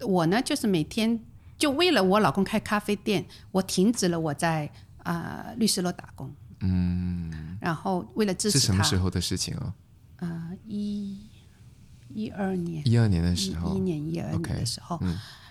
S3: 我呢就是每天就为了我老公开咖啡店，我停止了我在啊、呃律师楼打工。嗯。然后为了支
S1: 是
S3: 持
S1: 什
S3: 他
S1: 么，时候的事情哦？
S3: 啊，一一二年，
S1: 一二年的时
S3: 一一
S1: 候，
S3: 年一二年
S1: OK，嗯
S3: 的时候，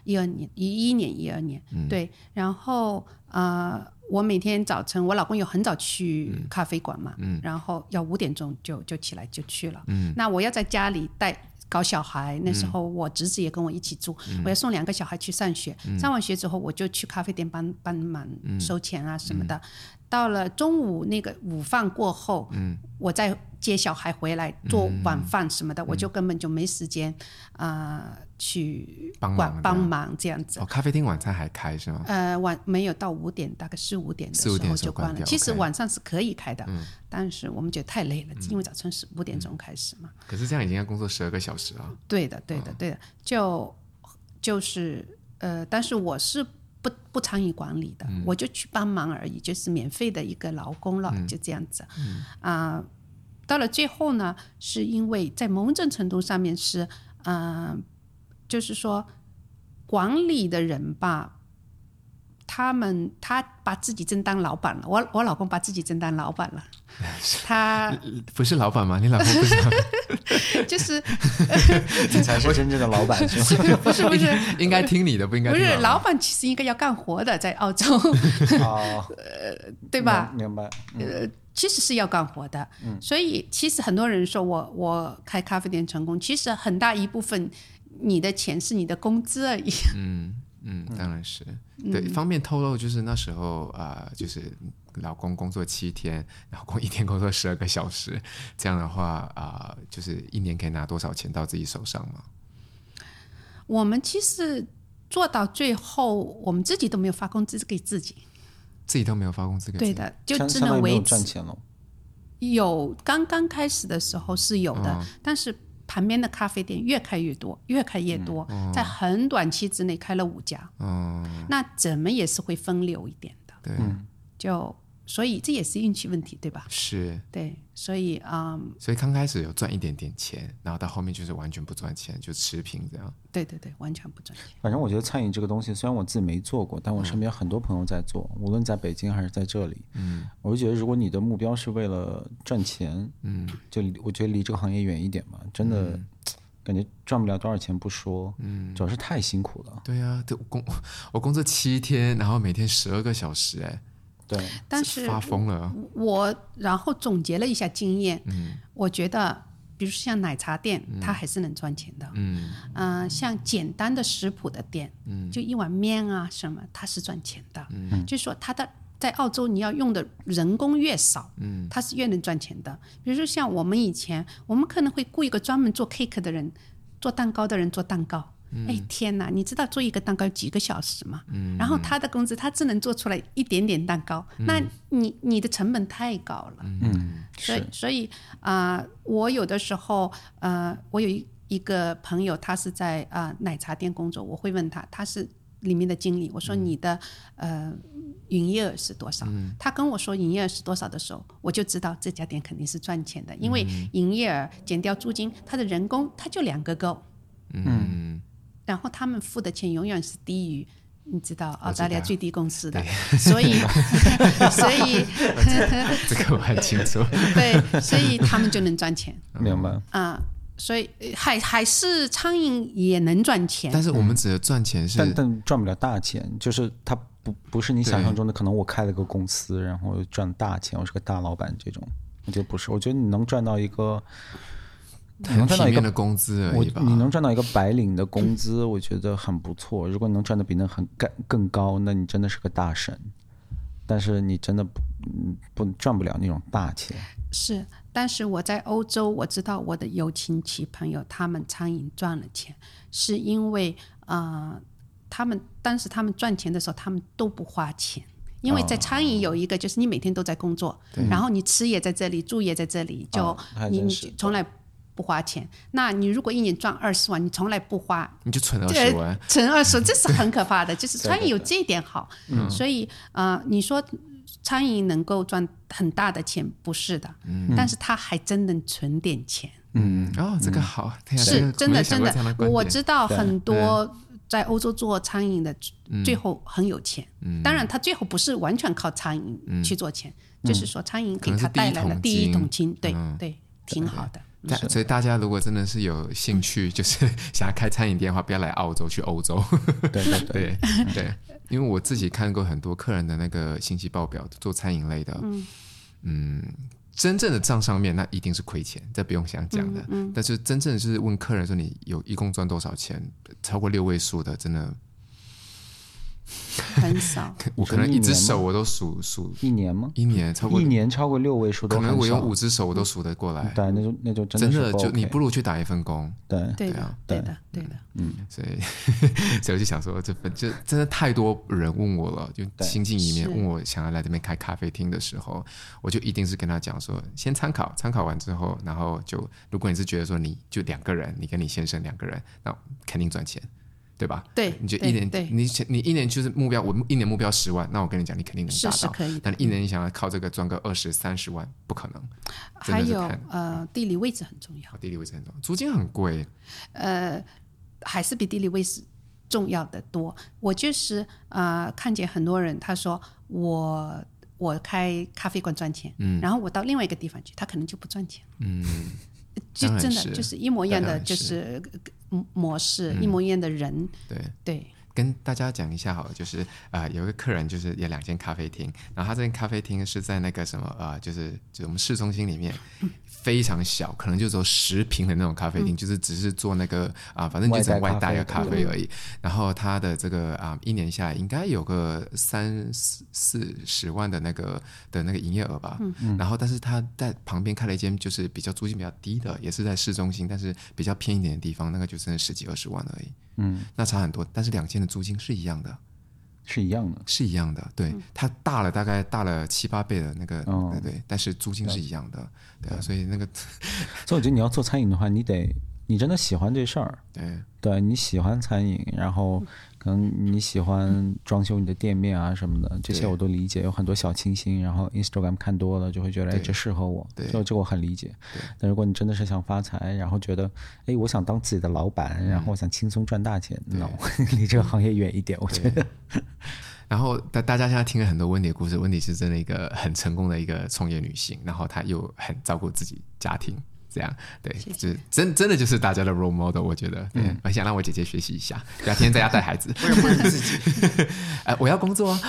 S3: 一二年一一年一二年，对，然后呃，我每天早晨，我老公有很早去
S1: 嗯
S3: 咖啡馆嘛，然后要五点钟就就起来就去了，
S1: 嗯
S3: 那我要在家里带。搞小孩，那时候我侄子也跟我一起住，
S1: 嗯
S3: 我要送两个小孩去上学，上完学之后我就去咖啡店帮帮忙收钱啊什么的。
S1: 嗯
S3: 到了中午那个午饭过后，我再接小孩回来做晚饭什么
S1: 嗯
S3: 的，我就根本就没时间啊、呃去
S1: 帮忙
S3: 管
S1: 这样
S3: 帮忙这样子。
S1: 哦，咖啡厅晚餐还开是吗？
S3: 呃，晚没有到五点，大概四五点的时
S1: 4-5点
S3: 候
S1: 的时候
S3: 就关
S1: 关
S3: 了。
S1: 掉
S3: 其实
S1: OK 嗯
S3: 晚上是可以开的，但是我们觉得太累了，因为早晨是五点钟开始嘛。
S1: 可是这样已经要工作十二个小时了。
S3: 对的，对的，对的，就就是呃，但是我是不不参与管理的，我就去帮忙而已，就是免费的一个劳工了，就这样子。啊、到了最后呢，是因为在某种程度上面是，嗯、就是说管理的人吧。他们他把自己真当老板了，我我老公把自己真当老板 [LAUGHS] 了，他 [LAUGHS]
S1: 呃不是老板吗？你老公不是老板
S3: 就是 [LAUGHS]
S2: 你才是真正的老板是吧？
S3: 是不是不是
S1: 应该听你的，不应该
S3: 不
S1: 听
S3: 是，
S1: 老板
S3: 老板其实应该要干活的，在澳洲，
S2: [LAUGHS]
S3: [LAUGHS]
S2: 哦，
S3: 对
S1: 嗯
S3: 吧？
S2: 明？明白，
S3: 其实是要干活的，所以其实很多人说我我开咖啡店成功，其实很大一部分你的钱是你的工资而已。 [LAUGHS]
S1: 嗯，当然是。对，方便透露就是那时候啊、呃就是老公工作七天，老公一天工作十二个小时，这样的话啊、呃就是一年可以拿多少钱到自己手上嘛？
S3: 我们其实做到最后，我们自己都没有发工资给自己，
S1: 自己都没有发工资给自
S3: 对
S1: 己。
S3: 的，就
S2: 相
S3: 只
S2: 相当
S3: 能
S2: 于没
S3: 维
S2: 有赚
S3: 持。
S2: 钱了。
S3: 有刚刚开始的时候是有的，
S1: 嗯
S3: 但是旁边的咖啡店越开越多，越开越多，在很短期之内开了五家，
S1: 嗯，
S3: 那怎么也是会分流一点的。
S1: 对，
S3: 就所以这也是运气问题，对吧？
S1: 是。
S3: 对，所以啊、嗯
S1: 所以刚开始有赚一点点钱，然后到后面就是完全不赚钱，就持平这样。
S3: 对对对，完全不赚钱。
S2: 反正我觉得餐饮这个东西，虽然我自己没做过，但我身边很多朋友在做，无论在北京还是在这里。嗯，我就觉得如果你的目标是为了赚钱，嗯，就离我觉得离这个行业远一点吧，真的。感觉赚不了多少钱不说，嗯，主要是太辛苦了。
S1: 对啊，这我工我工作七天，然后每天十二个小时、哎，
S2: 对，
S3: 但是
S1: 发疯了。
S3: 我然后总结了一下经验，我觉得，比如像奶茶店，它还是能赚钱的，嗯，呃，像简单的食谱的店，嗯，就一碗面啊什么，它是赚钱的，嗯，就说它的。在澳洲，你要用的人工越少，嗯，它是越能赚钱的。比如说像我们以前，我们可能会雇一个专门做 cake 的人，做蛋糕的人做蛋糕，哎天哪，你知道做一个蛋糕几个小时吗？然后他的工资他只能做出来一点点蛋糕，那你你的成本太高了。所以
S2: 是，
S3: 所以啊、呃我有的时候呃，我有一一个朋友，他是在啊、呃奶茶店工作，我会问他，他是里面的经理，我说你的、呃营业额是多少？他跟我说营业额是多少的时候，我就知道这家店肯定是赚钱的，因为营业额减掉租金，他的人工他就两个够，
S1: 嗯，
S3: 然后他们付的钱永远是低于。你知道
S1: 我
S3: 澳
S1: 知道
S3: 大利亚最低工资的，所以， [LAUGHS] 所以，
S1: 嗯这个我很清
S3: [LAUGHS]
S1: 楚。
S3: 对，所以他们就能赚钱。
S2: 明白。
S3: 啊、所以呃海海事苍蝇也能赚钱，
S1: 但是我们指的赚钱是
S2: 但但赚不了大钱，就是它不不是你想象中的，可能我开了个公司，然后赚大钱，我是个大老板这种，我觉得不是。我觉得你能赚到一个，你
S1: 很
S2: 能赚
S1: 体
S2: 到一
S1: 面
S2: 个
S1: 的工资而
S2: 我
S1: 已吧？
S2: 你能赚到一个白领的工资，我觉得很不错。如果你能赚的比那很更更高，那你真的是个大神。但是你真的不嗯不赚不了那种大钱，
S3: 是。但是我在欧洲，我知道我的有亲戚朋友，他们苍蝇赚了钱，是因为呃，他们当时他们赚钱的时候，他们都不花钱。因为在苍蝇有一个，就是你每天都在工作，然后你吃也在这里，住也在这里，就、
S2: 哦还
S3: 你
S2: 真
S3: 你
S2: 是
S3: 从来不花钱。那你如果一年赚二十万，你从来不花，
S1: 你就存二
S3: 这
S1: 十万，
S3: 乘二十，这是很可
S1: [LAUGHS]
S3: 怕的。就是苍蝇有这一点好，
S1: 嗯
S3: 所以呃，你说苍蝇能够赚很大的钱，不是的，但是它还真能存点钱，
S1: 嗯，哦，这个好，天啊这
S3: 是
S1: 个
S3: 真
S1: 没
S3: 的
S1: 有想
S3: 真
S1: 过这样
S3: 的。
S1: 观
S3: 我
S1: 点
S3: 知道很多在欧洲做苍蝇的，
S1: 嗯
S3: 最后很有钱。当然，他最后不是完全靠苍蝇去做钱，
S1: 嗯
S3: 就是说苍蝇给他带来了
S1: 可能是第
S3: 第
S1: 一
S3: 一
S1: 桶
S3: 桶金，对
S1: 嗯
S3: 对，挺好的。
S1: 大所以大家如果真的是有兴趣，就是 [LAUGHS] 想要开餐饮店的话，不要来澳洲，去欧洲。
S2: 对对对，
S1: 对对，因为我自己看过很多客人的那个信息报表，做餐饮类的，嗯真正的账上面那一定是亏钱，这不用想讲的。
S3: 嗯
S1: 但是真正就是问客人说你有一共赚多少钱，超过六位数的，真的，
S3: 很少，
S1: 我可能一只手我都数数
S2: 一年吗？
S1: 一年 [LAUGHS] 超过
S2: 一，年超过六位数都
S1: 可
S2: 很
S1: 能我用
S2: 少。
S1: 五只手我都数得过来。
S2: 对，那就那就真
S1: 真
S2: 是
S1: 的
S2: 不
S1: 就
S2: OK
S1: 你不如去打一份工，
S2: 对
S1: [LAUGHS] 对
S3: 对的
S1: 啊，
S3: 对的，对的。
S1: 所以 [LAUGHS] 所以我就想说，这份就真的太多人问我了，就
S2: 对
S1: 心境里面
S3: 是
S1: 问我想要来这边开咖啡厅的时候，我就一定是跟他讲说，先参考，参考完之后，然后就如果你是觉得说你就两个人，你跟你先生两个人，那肯定赚钱，对吧？
S3: 对，
S1: 你就
S3: 对
S1: 一年，
S3: 对，
S1: 你你一年就是目标，我一年目标十万，那我跟你讲，你肯定能达
S3: 是是
S1: 到。
S3: 可以的
S1: 但。一年你想要靠这个赚个二十三十万，不可能。真
S3: 还
S1: 的是
S3: 有
S1: 看
S3: 呃，地理位置很重要，
S1: 地理位置很重要，租金很贵，
S3: 还是比地理位置重要的多。我就是呃，看见很多人他说我我开咖啡馆赚钱，嗯，然后我到另外一个地方去，他可能就不赚钱，嗯， [LAUGHS] 就
S1: 当然
S3: 真
S1: 是
S3: 的就是一模一样
S1: 当
S3: 的，
S1: 然嗯
S3: 就是呃模式，一模一样的人，
S1: 对。
S3: 对，
S1: 跟大家讲一下好了，就是呃，有一个客人就是有两间咖啡厅，然后他这间咖啡厅是在那个什么呃，就是就我们市中心里面非常小，可能就只有十平的那种咖啡厅，就是只是做那个啊、反正就在外
S2: 外带
S1: 带的咖
S2: 咖
S1: 啡
S2: 啡
S1: 而已。然后他的这个啊、一年下来应该有个三四四十万的那个的那个营业额吧。然后但是他在旁边开了一间就是比较租金比较低的，也是在市中心，但是比较偏一点的地方，那个就剩十几二十万而已。那差很多，但是两间的租金是一样的，
S2: 是一样的。
S1: 是一样的。对，它大了大概大了七八倍的那个，
S2: 哦
S1: 对对，但是租金是一样的，对啊，所以那个
S2: 所以我觉得你要做餐饮的话，你得你真的喜欢这事儿，
S1: 对
S2: 对你喜欢餐饮，然后
S1: 嗯
S2: 可能你喜欢装修你的店面啊什么的，这些
S1: 对
S2: 我都理解。有很多小清新，然后 Instagram 看多了就会觉得，哎，这适合我，
S1: 对
S2: 这这个我很理解
S1: 对。
S2: 但如果你真的是想发财，然后觉得，哎，我想当自己的老板，
S1: 嗯
S2: 然后我想轻松赚大钱，那我 [LAUGHS] 离这个行业远一点，我觉得。
S1: 然后大大家现在听了很多温迪的故事，温迪是真的一个很成功的一个创业女性，然后她又很照顾自己家庭，这样对，就是真真的就是大家的 role model，我觉得，对，我想让我姐姐学习一下，不要天天在家带孩子，我也不自己，呃，我要工作啊，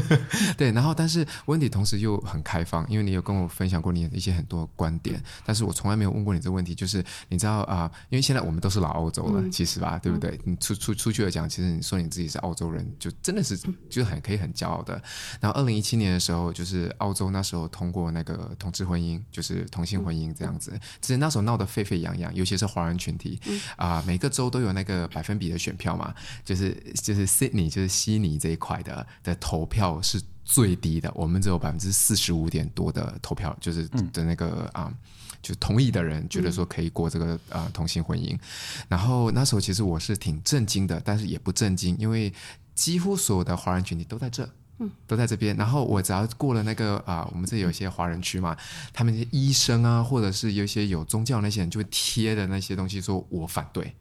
S1: [LAUGHS] 对，然后但是温迪同时又很开放，因为你有跟我分享过你的一些很多观点，但是我从来没有问过你这个问题，就是你知道啊、因为现在我们都是老欧洲了，其实吧，对不对？你出出出去了讲，其实你说你自己是澳洲人，就真的是就是很可以很骄傲的。然后二零一七年的时候，就是澳洲那时候通过那个同志婚姻，就是同性婚姻这样子，这其实那时候闹得沸沸扬扬，尤其是华人群体啊、每个州都有那个百分比的选票嘛，就是就是 Sydney 就是悉尼这一块的的投票是最低的，我们只有百分之四十五点多的投票，就是的那个啊、就同意的人觉得说可以过这个呃同性婚姻，然后那时候其实我是挺震惊的，但是也不震惊，因为几乎所有的华人群体都在这。都在这边。然后我只要过了那个啊、我们这里有一些华人区嘛，他们那些医生啊，或者是有一些有宗教那些人，就会贴的那些东西，说我反对。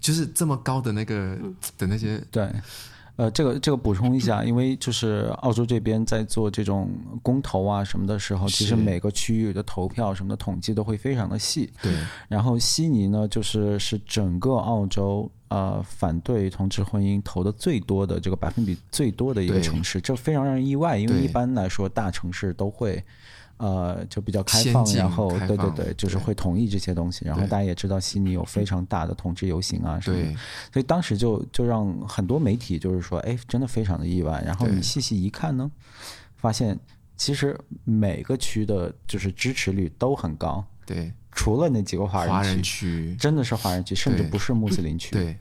S1: 就是这么高的那个的那些，
S2: 对，呃，这个这个补充一
S1: [COUGHS]
S2: 下，因为就是澳洲这边在做这种公投啊什么的时候，其
S1: 是
S2: 实每个区域的投票什么的统计都会非常的细。
S1: 对，
S2: 然后悉尼呢，就是是整个澳洲呃反对同志婚姻投的最多的这个百分比最多的一个
S1: 对
S2: 城市，这非常让人意外，因为
S1: 对
S2: 一般来说大城市都会。呃，就比较开
S1: 先
S2: 放，
S1: 进
S2: 然后
S1: 开
S2: 对对
S1: 放
S2: 对，就是
S1: 对
S2: 会同意这些东西。然后
S1: 对
S2: 大家也知道，悉尼有非常大的同志游行啊什么的。
S1: 对，
S2: 所以当时就就让很多媒体就是说，哎，真的非常的意外。然后
S1: 对
S2: 你细细一看呢，发现其实每个区的就是支持率都很高，
S1: 对，
S2: 除了那几个华人区，
S1: 华人区，
S2: 真的是华人区，甚至
S1: 对
S2: 不是穆斯林区，，
S1: 对，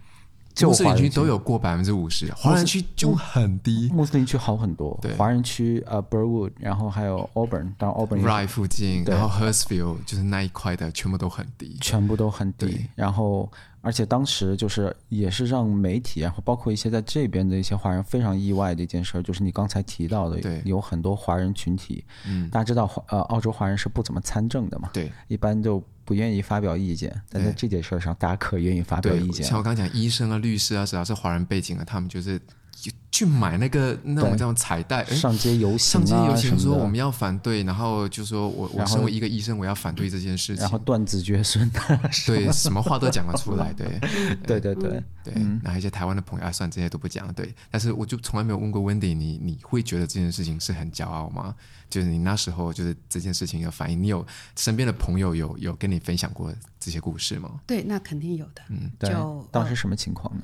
S2: 就
S1: 穆斯
S2: 华
S1: 林
S2: 人
S1: 区都有过百分之五十，华人区就很低。
S2: 穆斯林区好很多
S1: 对，
S2: 华人区呃 Burwood，然后还有 Auburn，当然 Auburn 也是
S1: Rye 附近，
S2: 对
S1: 然后 Hurstville 就是那一块的，全部都很低。
S2: 全部都很低
S1: 对。
S2: 然后，而且当时就是也是让媒体，然后包括一些在这边的一些华人非常意外的一件事儿，就是你刚才提到的
S1: 对，嗯
S2: 有很多华人群体，大家知道华呃澳洲华人是不怎么参政的嘛，
S1: 对
S2: 一般就不愿意发表意见，但在
S1: 对
S2: 这件事儿上，大家可愿意发表
S1: 对
S2: 意，见
S1: 像
S2: 了。
S1: 我刚讲，医生啊、律师啊，只要是华人背景的，他们就是去去买那个那种
S2: 对
S1: 叫彩带，诶
S2: 上街游行
S1: 上街游
S2: 啊什
S1: 行说我
S2: 么
S1: 们
S2: 的，
S1: 要反对，然后就说我我
S2: 然后
S1: 身为一个医生，我要反对这件事
S2: 然后
S1: 情。
S2: 断子绝孙的，
S1: 对，什么话都讲得出
S2: [LAUGHS]
S1: 来，对
S2: 对对对，
S1: 对。
S2: 嗯
S1: 然后一些台湾的朋友啊，算了这些都不讲，对。但是我就从来没有问过 Wendy，你你会觉得这件事情是很骄傲吗？就是你那时候就是这件事情的反应，你有身边的朋友有有跟你分享过这些故事吗？
S3: 对，那肯定有的。嗯，
S2: 对
S3: 就，哦
S2: 当时什么情况呢？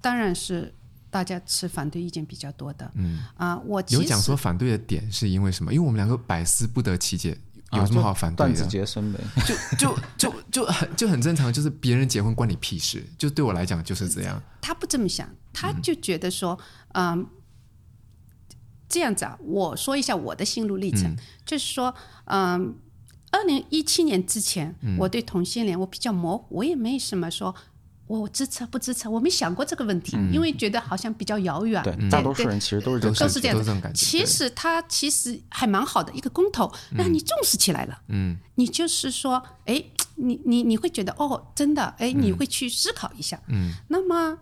S3: 当然是大家持反对意见比较多的。嗯啊、我其
S1: 有
S3: 实
S1: 讲说反对的点是因为什么？因为我们两个百思不得其解，有什么
S2: 啊
S1: 好
S2: 就
S1: 反对
S2: 断
S1: 的
S2: 子？绝
S1: [LAUGHS]
S2: 孙呗。
S1: 就就就就很就很正常，就是别人结婚关你屁事，就对我来讲就是这样。
S3: 他不这么想，他就觉得说，嗯、这样子啊，我说一下我的心路历程，就是说，嗯、二零一七年之前，
S2: 嗯
S3: 我对同性恋我比较模糊，我也没什么说。我支持不支持？我没想过这个问题，因为觉得好像比较遥远。
S2: 嗯对，大多数
S3: 对
S2: 人其实都是这
S1: 嗯都
S2: 样
S1: 是
S3: 都是这样
S1: 都
S3: 的
S1: 这种感觉。
S3: 其
S1: 对嗯
S3: 实它其实还蛮好的一个公投，让你重视起来了。嗯，你就是说，哎，你你你会觉得哦，真的，哎，
S1: 嗯
S3: 你会去思考一下。嗯，那么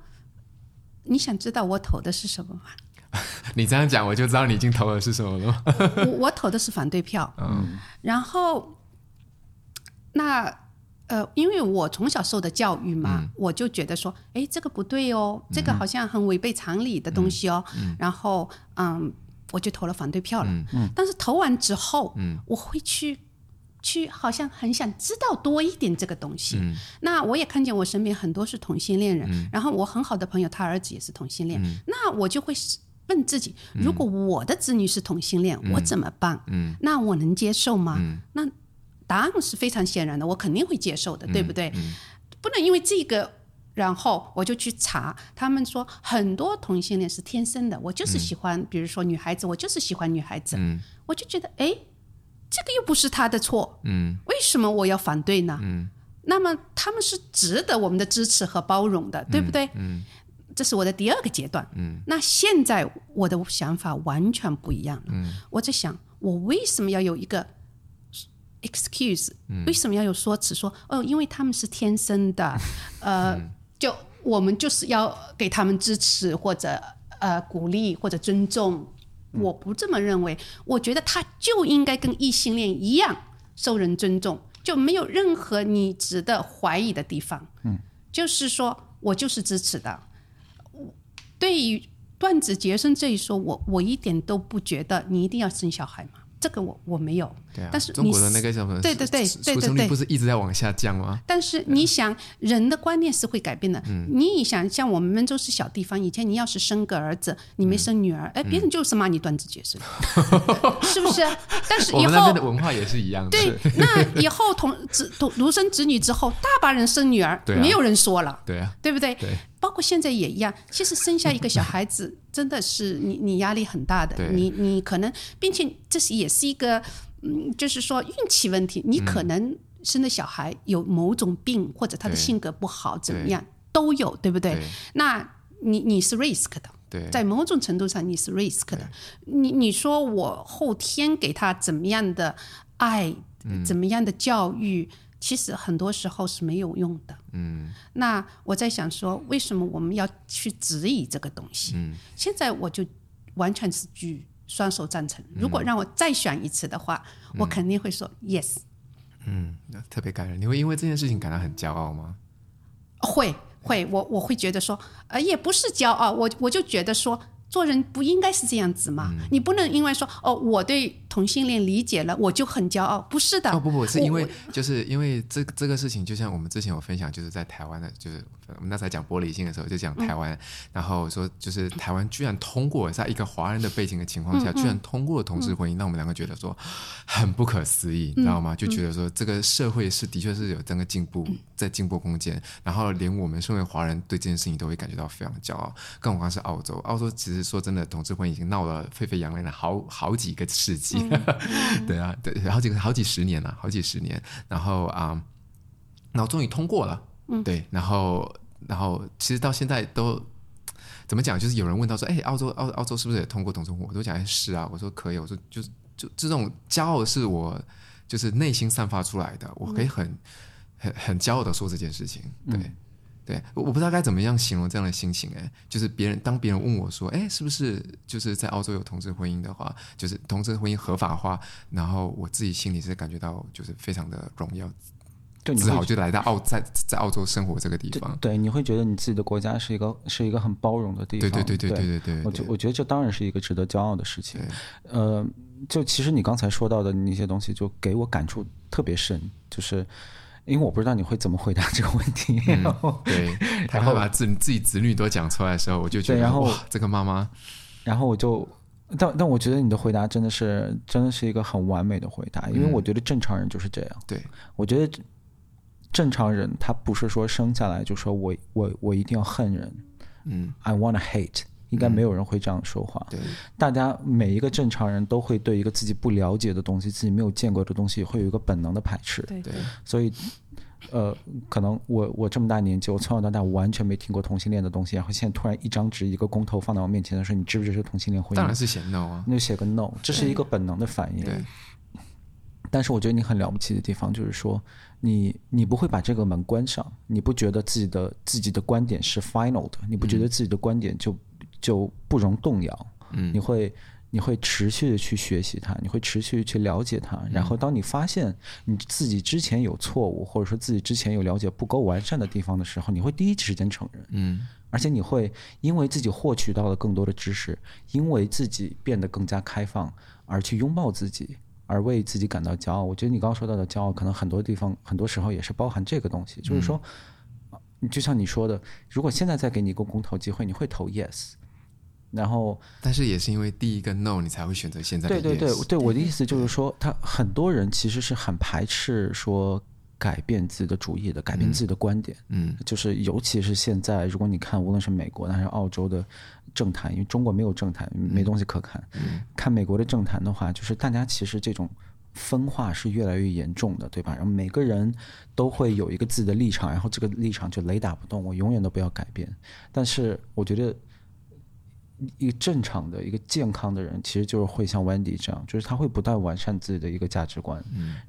S3: 你想知道我投的是什么吗？
S1: 你这样讲，我就知道你已经投的是什么了。
S3: [LAUGHS] 我我投的是反对票。嗯，然后那呃，因为我从小受的教育嘛，我就觉得说，哎，这个不对哦，这个好像很违背常理的东西哦。然后嗯，我就投了反对票了。但是投完之后，我会去。去好像很想知道多一点这个东西，那我也看见我身边很多是同性恋人，然后我很好的朋友他儿子也是同性恋，那我就会问自己，如果我的子女是同性恋，我怎么办？嗯，那我能接受吗？那答案是非常显然的，我肯定会接受的，对不对？不能因为这个，然后我就去查，他们说很多同性恋是天生的，我就是喜欢，比如说女孩子，我就是喜欢女孩子，我就觉得，哎，这个又不是他的错，
S1: 嗯，
S3: 为什么我要反对呢？嗯，那么他们是值得我们的支持和包容的，对不对？嗯，这是我的第二个阶段。嗯，那现在我的想法完全不一样了。嗯，我在想，我为什么要有一个 excuse？、为什么要有说辞说哦，因为他们是天生 [LAUGHS] 的，呃，就我们就是要给他们支持或者呃鼓励或者尊重。我不这么认为，我觉得他就应该跟异性恋一样受人尊重，就没有任何你值得怀疑的地方。嗯，就是说我就是支持的。我对于断子绝孙这一说，我我一点都不觉得你一定要生小孩嘛。这个我我没有，
S1: 对啊，
S3: 但是
S1: 中
S3: 你
S1: 国的那个什么，
S3: 对对对
S1: 出
S3: 对
S1: 出
S3: 对
S1: 生率
S3: 对
S1: 不是一直在往下降吗？
S3: 但是你想，人的观念是会改变的。
S1: 嗯
S3: 你想，像我们温州是小地方，以前你要是生个儿子，你没生女
S1: 嗯
S3: 儿，哎，别人就是骂你断子绝
S1: [LAUGHS]
S3: 孙，是不是？但是
S1: 我
S3: 以
S1: 们那
S3: 后
S1: 边的文化也是一样的，
S3: 对，那以后同子同独生子女之后，大把人生女儿，
S1: 对啊
S3: 没有人说了，
S1: 对啊，
S3: 对不对？
S1: 对
S3: 包括现在也一样，其实生下一个小
S1: [LAUGHS]
S3: 孩子真的是你你压力很大
S1: 对
S3: 的，你你可能，并且这是也是一个，嗯，就是说运气问
S1: 嗯
S3: 题，你可能生的小孩有某种病或者他的
S1: 对
S3: 性格不好怎么
S1: 对
S3: 样都有，对不对？
S1: 对
S3: 那你你是 risk 的，
S1: 对
S3: 在某种程度上你是 risk 的。你你说我后天给他怎么样的爱，
S1: 嗯
S3: 怎么样的教育，其实很多时候是没有用的。
S1: 嗯，
S3: 那我在想说，为什么我们要去质疑这个东西？
S1: 嗯
S3: 现在我就完全是举双手赞成。如
S1: 嗯
S3: 果让我再选一次的话，我肯定会说 yes，
S1: 那特别感人。你会因为这件事情感到很骄傲吗？
S3: 会会，我我会觉得说，呃，也不是骄傲，我我就觉得说。做人不应该是这样子嘛？
S1: 嗯
S3: 你不能因为说哦，我对同性恋理解了，我就很骄傲，不是的。
S1: 哦不不，是
S3: 我
S1: 因为就是因为这这个事情，就像我们之前有分享，就是在台湾的，就是我们那时候讲玻璃心的时候，就讲
S3: 嗯
S1: 台湾，然后说就是台湾居然通过在一个华人的背景的情况下，
S3: 嗯
S1: 居然通过同志婚姻，让我们两个觉得说很不可思议，你知道吗？
S3: 嗯
S1: 就觉得说这个社会是的确是有整个进步在进步空间，然后连我们身为华人对这件事情都会感觉到非常骄傲，更何况是澳洲。澳洲其实说真的，同志婚姻已经闹了沸沸扬扬了好好几个世纪，[LAUGHS]
S3: 嗯
S1: 对啊，对，好几个好几十年了，好几十年。然后啊、嗯然后终于通过了，嗯，对，然后然后其实到现在都。怎么讲？就是有人问到说：“哎、澳洲澳澳洲是不是也通过同性婚？”我都讲：“哎，是啊。”我说：“可以。”我说：“就就这种骄傲是我就是内心散发出来的，我可以很、很很骄傲的说这件事情。”对，对，我我不知道该怎么样形容这样的心情哎、就是别人当别人问我说，哎、是不是就是在澳洲有同志婚姻的话，就是同志婚姻合法化，然后我自己心里是感觉到就是非常的荣耀，
S2: 对，你
S1: 自
S2: 会
S1: 豪，就来到澳在在澳洲生活这个地方。
S2: 对，你会觉得你自己的国家是一个是一个很包容的地
S1: 对
S2: 方。
S1: 对对对
S2: 对
S1: 对对对，
S2: 我觉
S1: 对
S2: 我觉得这当然是一个值得骄傲的事情
S1: 对。
S2: 呃，就其实你刚才说到的那些东西，就给我感触特别深，就是因为我不知道你会怎么回答这个问题。
S1: 嗯
S2: 然后 [LAUGHS]
S1: 对，他会把自自己子女都讲出来的时候，我就觉
S2: 对
S1: 得
S2: 然后
S1: 哇，这个妈妈
S2: 然后我就，但但我觉得你的回答真的是真的是一个很完美的回答，
S1: 嗯
S2: 因为我觉得正常人就是这样。
S1: 对
S2: 我觉得正常人他不是说生下来就说我我我一定要恨人，嗯，I wanna hate。应该没有人会这样说话。
S1: 对
S2: 大家每一个正常人都会对一个自己不了解的东西、自己没有见过的东西，会有一个本能的排斥。
S3: 对
S1: 对
S2: 所以，呃，可能我我这么大年纪，我从小到大完全没听过同性恋的东西，然后现在突然一张纸、一个公投放到我面前的时候，你支不支持同性恋婚
S1: 当然
S2: 姻？
S1: 是显 no 啊，
S2: 那就写个 no，这是一个本能的反应。
S1: 对
S2: 但是我觉得你很了不起的地方就是说，你你不会把这个门关上，你不觉得自己的自己的观点是 final 的，你不
S1: 嗯
S2: 觉得自己的观点就、就不容动摇，嗯，你会你会持续的去学习它，你会持续地去了解它，
S1: 嗯
S2: 然后当你发现你自己之前有错误，或者说自己之前有了解不够完善的地方的时候，你会第一时间承认，
S1: 嗯，
S2: 而且你会因为自己获取到了更多的知识，因为自己变得更加开放，而去拥抱自己，而为自己感到骄傲。我觉得你刚刚说到的骄傲，可能很多地方、很多时候也是包含这个东西，就是说，呃就像你说的，如果现在再给你一个公投机会，你会投 yes。然后，
S1: 但是也是因为第一个 no，你才会选择现在的
S2: 对
S1: yes。
S2: 对对对，我的意思就是说，他很多人其实是很排斥说改变自己的主意的，改变自己的观点。
S1: 嗯，
S2: 就是尤其是现在，如果你看无论是美国的还是澳洲的政坛，因为中国没有政坛，没东西可看。看美国的政坛的话，就是大家其实这种分化是越来越严重的，对吧？然后每个人都会有一个自己的立场，然后这个立场就雷打不动，我永远都不要改变。但是我觉得。一个正常的一个健康的人，其实就是会像 Wendy 这样，就是他会不断完善自己的一个价值观，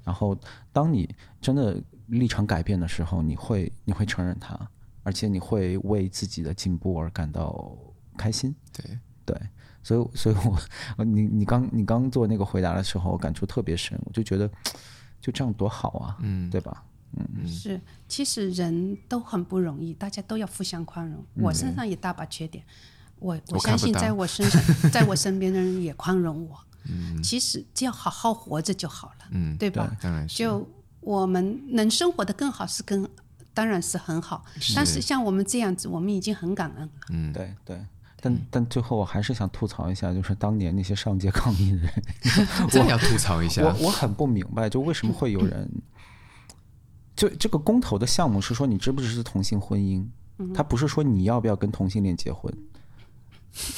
S2: 然后当你真的立场改变的时候，你会你会承认它，而且你会为自己的进步而感到开心。
S1: 对
S2: 对，所以所以我呃你你刚你刚做那个回答的时候，我感触特别深，我就觉得就这样多好啊，嗯，对吧？
S3: 是，其实人都很不容易，大家都要互相宽容。我身上也大把缺点，我
S1: 嗯我
S3: 我
S1: 看
S3: 相
S1: 不
S3: 信
S1: 到 [LAUGHS]
S3: 在我身上，在我身边的人也宽容我。 [LAUGHS] 其实只要好好活着就好了，
S1: 嗯
S3: 对吧？
S1: 当然是
S3: 就我们能生活的更好是更，当然是很好。但是像我们这样子，我们已经很感恩了。
S1: 嗯
S2: 对对。但但最后我还是想吐槽一下，就是当年那些上街抗议的人，
S1: 真的要吐槽一下，
S2: 我我很不明白，就为什么会有人，就这个公投的项目是说你支不支持同性婚姻，
S3: 嗯
S2: 他不是说你要不要跟同性恋结婚，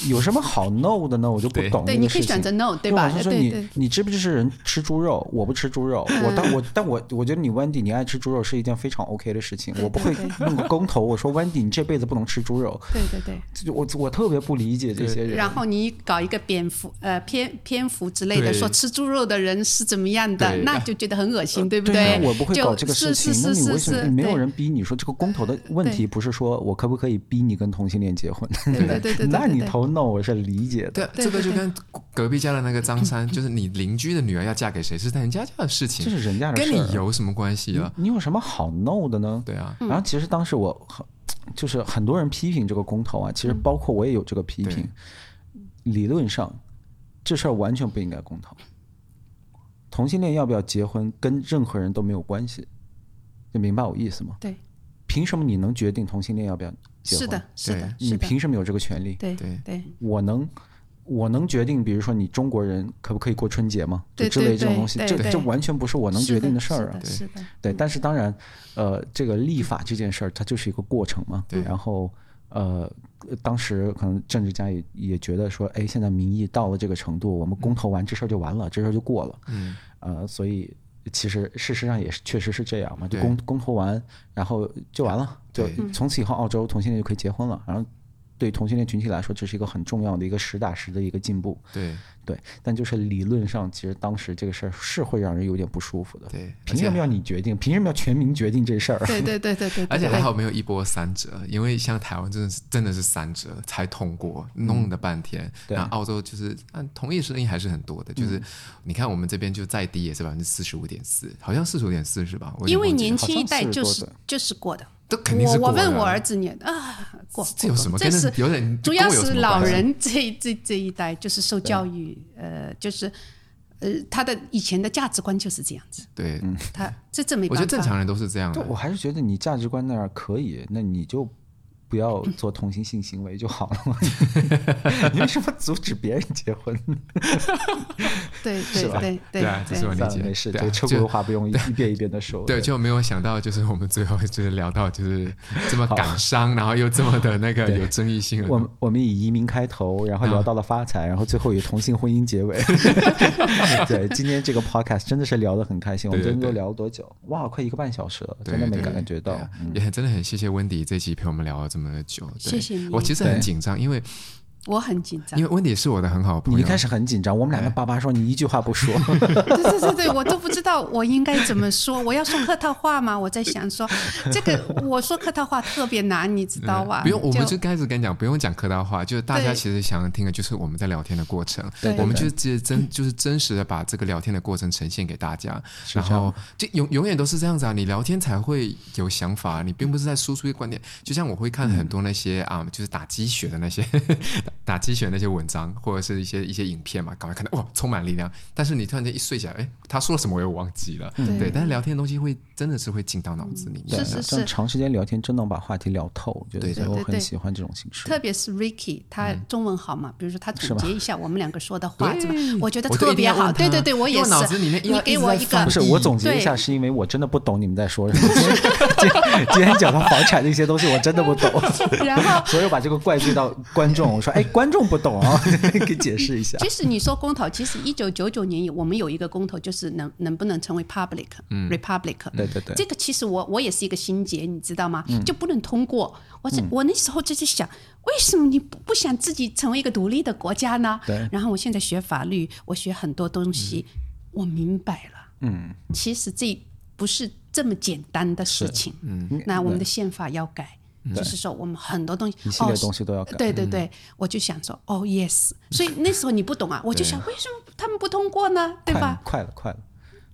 S2: 有什么好 no 的呢？我就不
S1: 对
S2: 懂哦
S3: 对，
S2: 这个
S3: 你可
S2: 事
S3: 以
S2: 情
S3: 选择 no，对
S2: 就
S3: 吧？
S2: 好像说
S3: 对对
S2: 你，你支不支持人吃猪肉？我不吃猪
S3: [LAUGHS]
S2: 肉，我但我但我我觉得你 Wendy 你爱吃猪肉是一件非常 OK 的事情，我不会
S3: 对
S2: 弄个公投，我说 Wendy 你这辈子不能吃猪肉，
S3: 对对对。
S2: 就我我特别不理解这些人。
S3: 然后你搞一个蝙蝠呃篇篇幅之类的，
S1: 对
S3: 说吃猪肉的人是怎么样的，
S1: 对
S3: 那就觉得很恶心，对不
S2: 对
S3: 对
S2: 啊？我不会
S3: 就
S2: 搞这个事情
S3: 是是。
S2: 那
S3: 是
S2: 你为
S3: 是
S2: 什么
S3: 是，
S2: 没有
S3: 对
S2: 人逼你说这个公投的问题不是说我可不可以逼你跟同性恋结婚？
S3: 对对对对
S2: 那
S3: 对
S2: 你
S3: 对
S2: 投 no 我是理解的，
S1: 对，啊这个就跟隔壁家的那个张三，就是你邻居的女儿要嫁给谁是人家家的事情，
S2: 这是人家的
S1: 跟
S2: 事儿啊
S1: 你有什么关系
S2: 你
S1: 了？
S2: 你有什么好 no 的
S3: 嗯
S2: 呢？
S1: 对啊，
S2: 然后其实当时我很，就是很多人批评这个公投啊，其实
S3: 嗯
S2: 包括我也有这个批评。理论上，这事儿完全不应该公投。同性恋要不要结婚跟任何人都没有关系，你明白我意思吗？
S3: 对，
S2: 凭什么你能决定同性恋要不要结婚？
S3: 是的，是的，
S2: 你
S3: 是的，
S2: 凭什么有这个权利？
S3: 对
S1: 对
S3: 对
S2: 我能，我能决定，比如说你中国人可不可以过春节吗？就
S3: 对
S2: 之类
S3: 对
S2: 这种
S3: 对
S2: 东西，
S3: 对
S2: 这
S3: 对
S2: 这完全不是我能决定的事儿啊。
S3: 是的，
S1: 嗯
S2: 对，但是当然，呃，这个立法这件事儿，它就是一个过程嘛。
S1: 对
S2: 然后，呃，当时可能政治家也也觉得说，哎，现在民意到了这个程度，我们公投完这事儿就完了，这事儿就过了。
S1: 嗯，
S2: 呃，所以其实事实上也是确实是这样嘛，就
S1: 对
S2: 公公投完，然后就完了，就
S1: 对
S2: 从此以后澳洲同性恋就可以结婚了。然后对同性恋群体来说，这是一个很重要的一个实打实的一个进步。
S1: 对
S2: 对，但就是理论上，其实当时这个事儿是会让人有点不舒服的。
S1: 对，而
S2: 凭什
S1: 且
S2: 么要你决定？凭什么要全民决定这事 [LAUGHS] 儿？啊
S3: 对对对对对，
S1: 而且
S3: 对
S1: 还好没有一波三折，因为像台湾真的是真的是三折才通过，弄了半
S3: 嗯
S1: 天。
S2: 对
S1: 然后澳洲就是，但同意声音还是很多的，就是你看我们这边就再低也是百分之四十五点四，好像四十五点四是吧？我有
S3: 因
S1: 点忘
S3: 为
S1: 记了
S3: 年轻一代就
S2: 好像是
S3: 是
S2: 多
S3: 就是过的。
S1: 这肯定是
S3: 我
S1: 过
S3: 我问
S1: 的
S3: 我
S1: 啊
S3: 儿子你啊过，
S1: 这有
S3: 过
S1: 什么跟
S3: 这是
S1: 有点
S3: 主
S1: 跟
S3: 要
S1: 我有什
S3: 是
S1: 么
S3: 老
S1: 关系
S3: 人这这这一代就是受教育，呃，就是呃他的以前的价值观就是这样子，
S1: 对，
S3: 他这嗯这没
S1: 我
S3: 办
S1: 觉得
S3: 法。
S1: 正常人都是这样
S2: 对，
S1: 的。
S2: 我还是觉得你价值观那儿可以，那你就不要做同性性行为就好了嘛。 [LAUGHS] 你为什么阻止别人结婚？ [LAUGHS]
S3: 对
S2: 是
S3: 对
S2: 吧
S3: 对
S1: 对啊这是我理
S2: 算了
S1: 解
S2: 没事，
S1: 对啊
S2: 对，车啊
S1: 就
S2: 轱辘话不用一一遍一遍的说。
S1: 对，就没有想到，就是我们最后就是聊到
S2: [LAUGHS]
S1: 就是这么感伤，然后又这么的那个有争议性的。
S2: 啊我们我们以移民开头，然后聊到了发财，然后最后以同性婚姻结 [LAUGHS] 尾。对，今天这个 podcast 真的是聊得很开心，我们
S1: 对
S2: 今天
S1: 对
S2: 都聊了多久？哇，快一个半小时了，
S1: 对
S2: 真的没
S1: 对
S2: 感觉到
S1: 对。啊也很真的很谢谢温迪这期陪我们聊了这么久。对
S3: 谢谢你啊
S1: 我其实很紧张，因为
S3: 我很紧张
S1: 因为。温迪是我的很好的朋友。
S2: 你一哎开始很紧张，我们两个叭叭说，你一句话不说。 [LAUGHS]
S3: 对对对对，我都不知道我应该怎么说。我要说客套话吗？我在想说，这个 [LAUGHS] 我说客套话特别难，你知道吧？
S1: 不用，我们
S3: 啊就
S1: 就开始跟你讲，不用讲客套话，就是大家
S3: 对
S1: 其实想听的就是我们在聊天的过程
S3: 对，
S1: 我们就直接真就是真实的把这个聊天的过程呈现给大家，然后就永永远都是这样子啊，你聊天才会有想法，你并不是在输出一个观点。就像我会看很多那些啊、就是打鸡血的那些打打鸡血的那些文章，或者是一些一些影片嘛，搞来看到哇充满力量，但是你突然间一睡起来，哎，他说了什么我又忘记了，
S3: 对
S1: 对，但是聊天的东西会真的是会进到脑子里面
S3: 是
S1: 的，
S3: 嗯是
S2: 这样长时间聊天真能把话题聊透，我觉
S1: 对
S2: 得
S1: 对
S2: 我
S3: 对
S2: 很
S3: 对
S2: 喜欢这种形式。
S3: 特别是 Ricky，他
S1: 嗯
S3: 中文好嘛？比如说他总结一下我们两个说的话，
S1: 对
S3: 怎么？我觉得
S1: 我就
S3: 特
S1: 一定
S3: 别
S1: 要
S3: 好。
S1: 问
S3: 对
S1: 他
S3: 对对，我
S1: 因
S3: 也
S1: 为
S3: 是。
S1: 脑子里面一
S3: 你
S1: 直
S3: 给
S1: 在
S3: 我一
S1: 放
S3: 个
S2: 不是，我总结一
S3: 嗯对
S2: 下，是因为我真的不懂你们在说什么。 [LAUGHS] 今天今天讲到房产这些东西，我真的不懂， [LAUGHS]
S3: 然后，
S2: 所以我把这个怪罪到观众。
S3: [LAUGHS]
S2: 我说，哎，观众不懂啊， [LAUGHS] 给解释一下。
S3: 即使你说公投，其实一九九九年有我们有一个公投，就是能能不能成为 public、republic。
S2: 嗯对对对嗯
S3: 这个其实我我也是一个心结，你知道吗？就不能通过。我这、我那时候就在想，为什么你不不想自己成为一个独立的国家呢？
S2: 对
S3: 然后我现在学法律，我学很多东西，我明白了。
S2: 嗯，
S3: 其实这不是这么简单的事情。
S2: 嗯
S3: 那我们的宪法要改，就是说我们很多东西
S2: 一系列东西都要改
S3: 哦。对对对，我就想说，哦，yes。所以那时候你不懂啊，我就想为什么他们不通过呢？对
S2: 快了
S3: 吧？
S2: 快了，快了。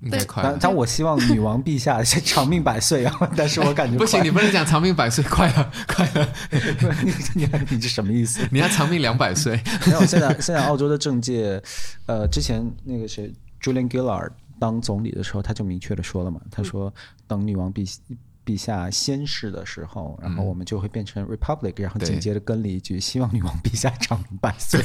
S1: 应该快
S2: 但
S1: 了。
S2: 但我希望女王陛下 [LAUGHS] 长命百岁啊！但是我感觉
S1: 不行，
S2: 快
S1: 你不能讲长命百岁，快了， [LAUGHS] 快了，
S2: 你 [LAUGHS] 你你这什么意思？
S1: 你要长命两百岁。 [LAUGHS]
S2: [LAUGHS] 没有，现在现在澳洲的政界，呃，之前那个谁 Julian Gillard 当总理的时候，他就明确的说了嘛，他
S1: 嗯
S2: 说等女王陛陛下仙逝的时候，然后我们就会变成 republic，然后
S1: 嗯对
S2: 紧接着跟了一句希望女王陛下长
S1: [LAUGHS]
S2: 命百岁。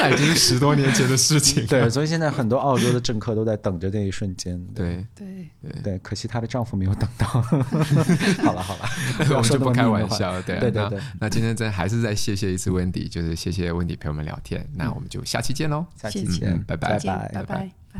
S1: 那已经是十多年前的事情。
S2: 对，所以现在很多澳洲的政客都在等着那一瞬间。
S1: 对，
S3: 对，
S2: 对，可惜她的丈夫没有等到。 [LAUGHS] 好了好了，不
S1: [LAUGHS] 我
S2: 要
S1: 们就
S2: 说那
S1: 不
S2: 么
S1: 开
S2: 命的
S1: 玩
S2: 话
S1: 笑了。对啊
S2: 对对
S1: 那
S2: 对，
S1: 那今天真还是再谢谢一次温
S2: 嗯
S1: 迪，就是谢谢温迪陪我们聊天。那我们就下期见喽。
S2: 下期
S3: 谢谢
S2: 见，
S1: 嗯拜拜
S2: 拜
S3: 再见，拜
S2: 拜。
S3: 拜。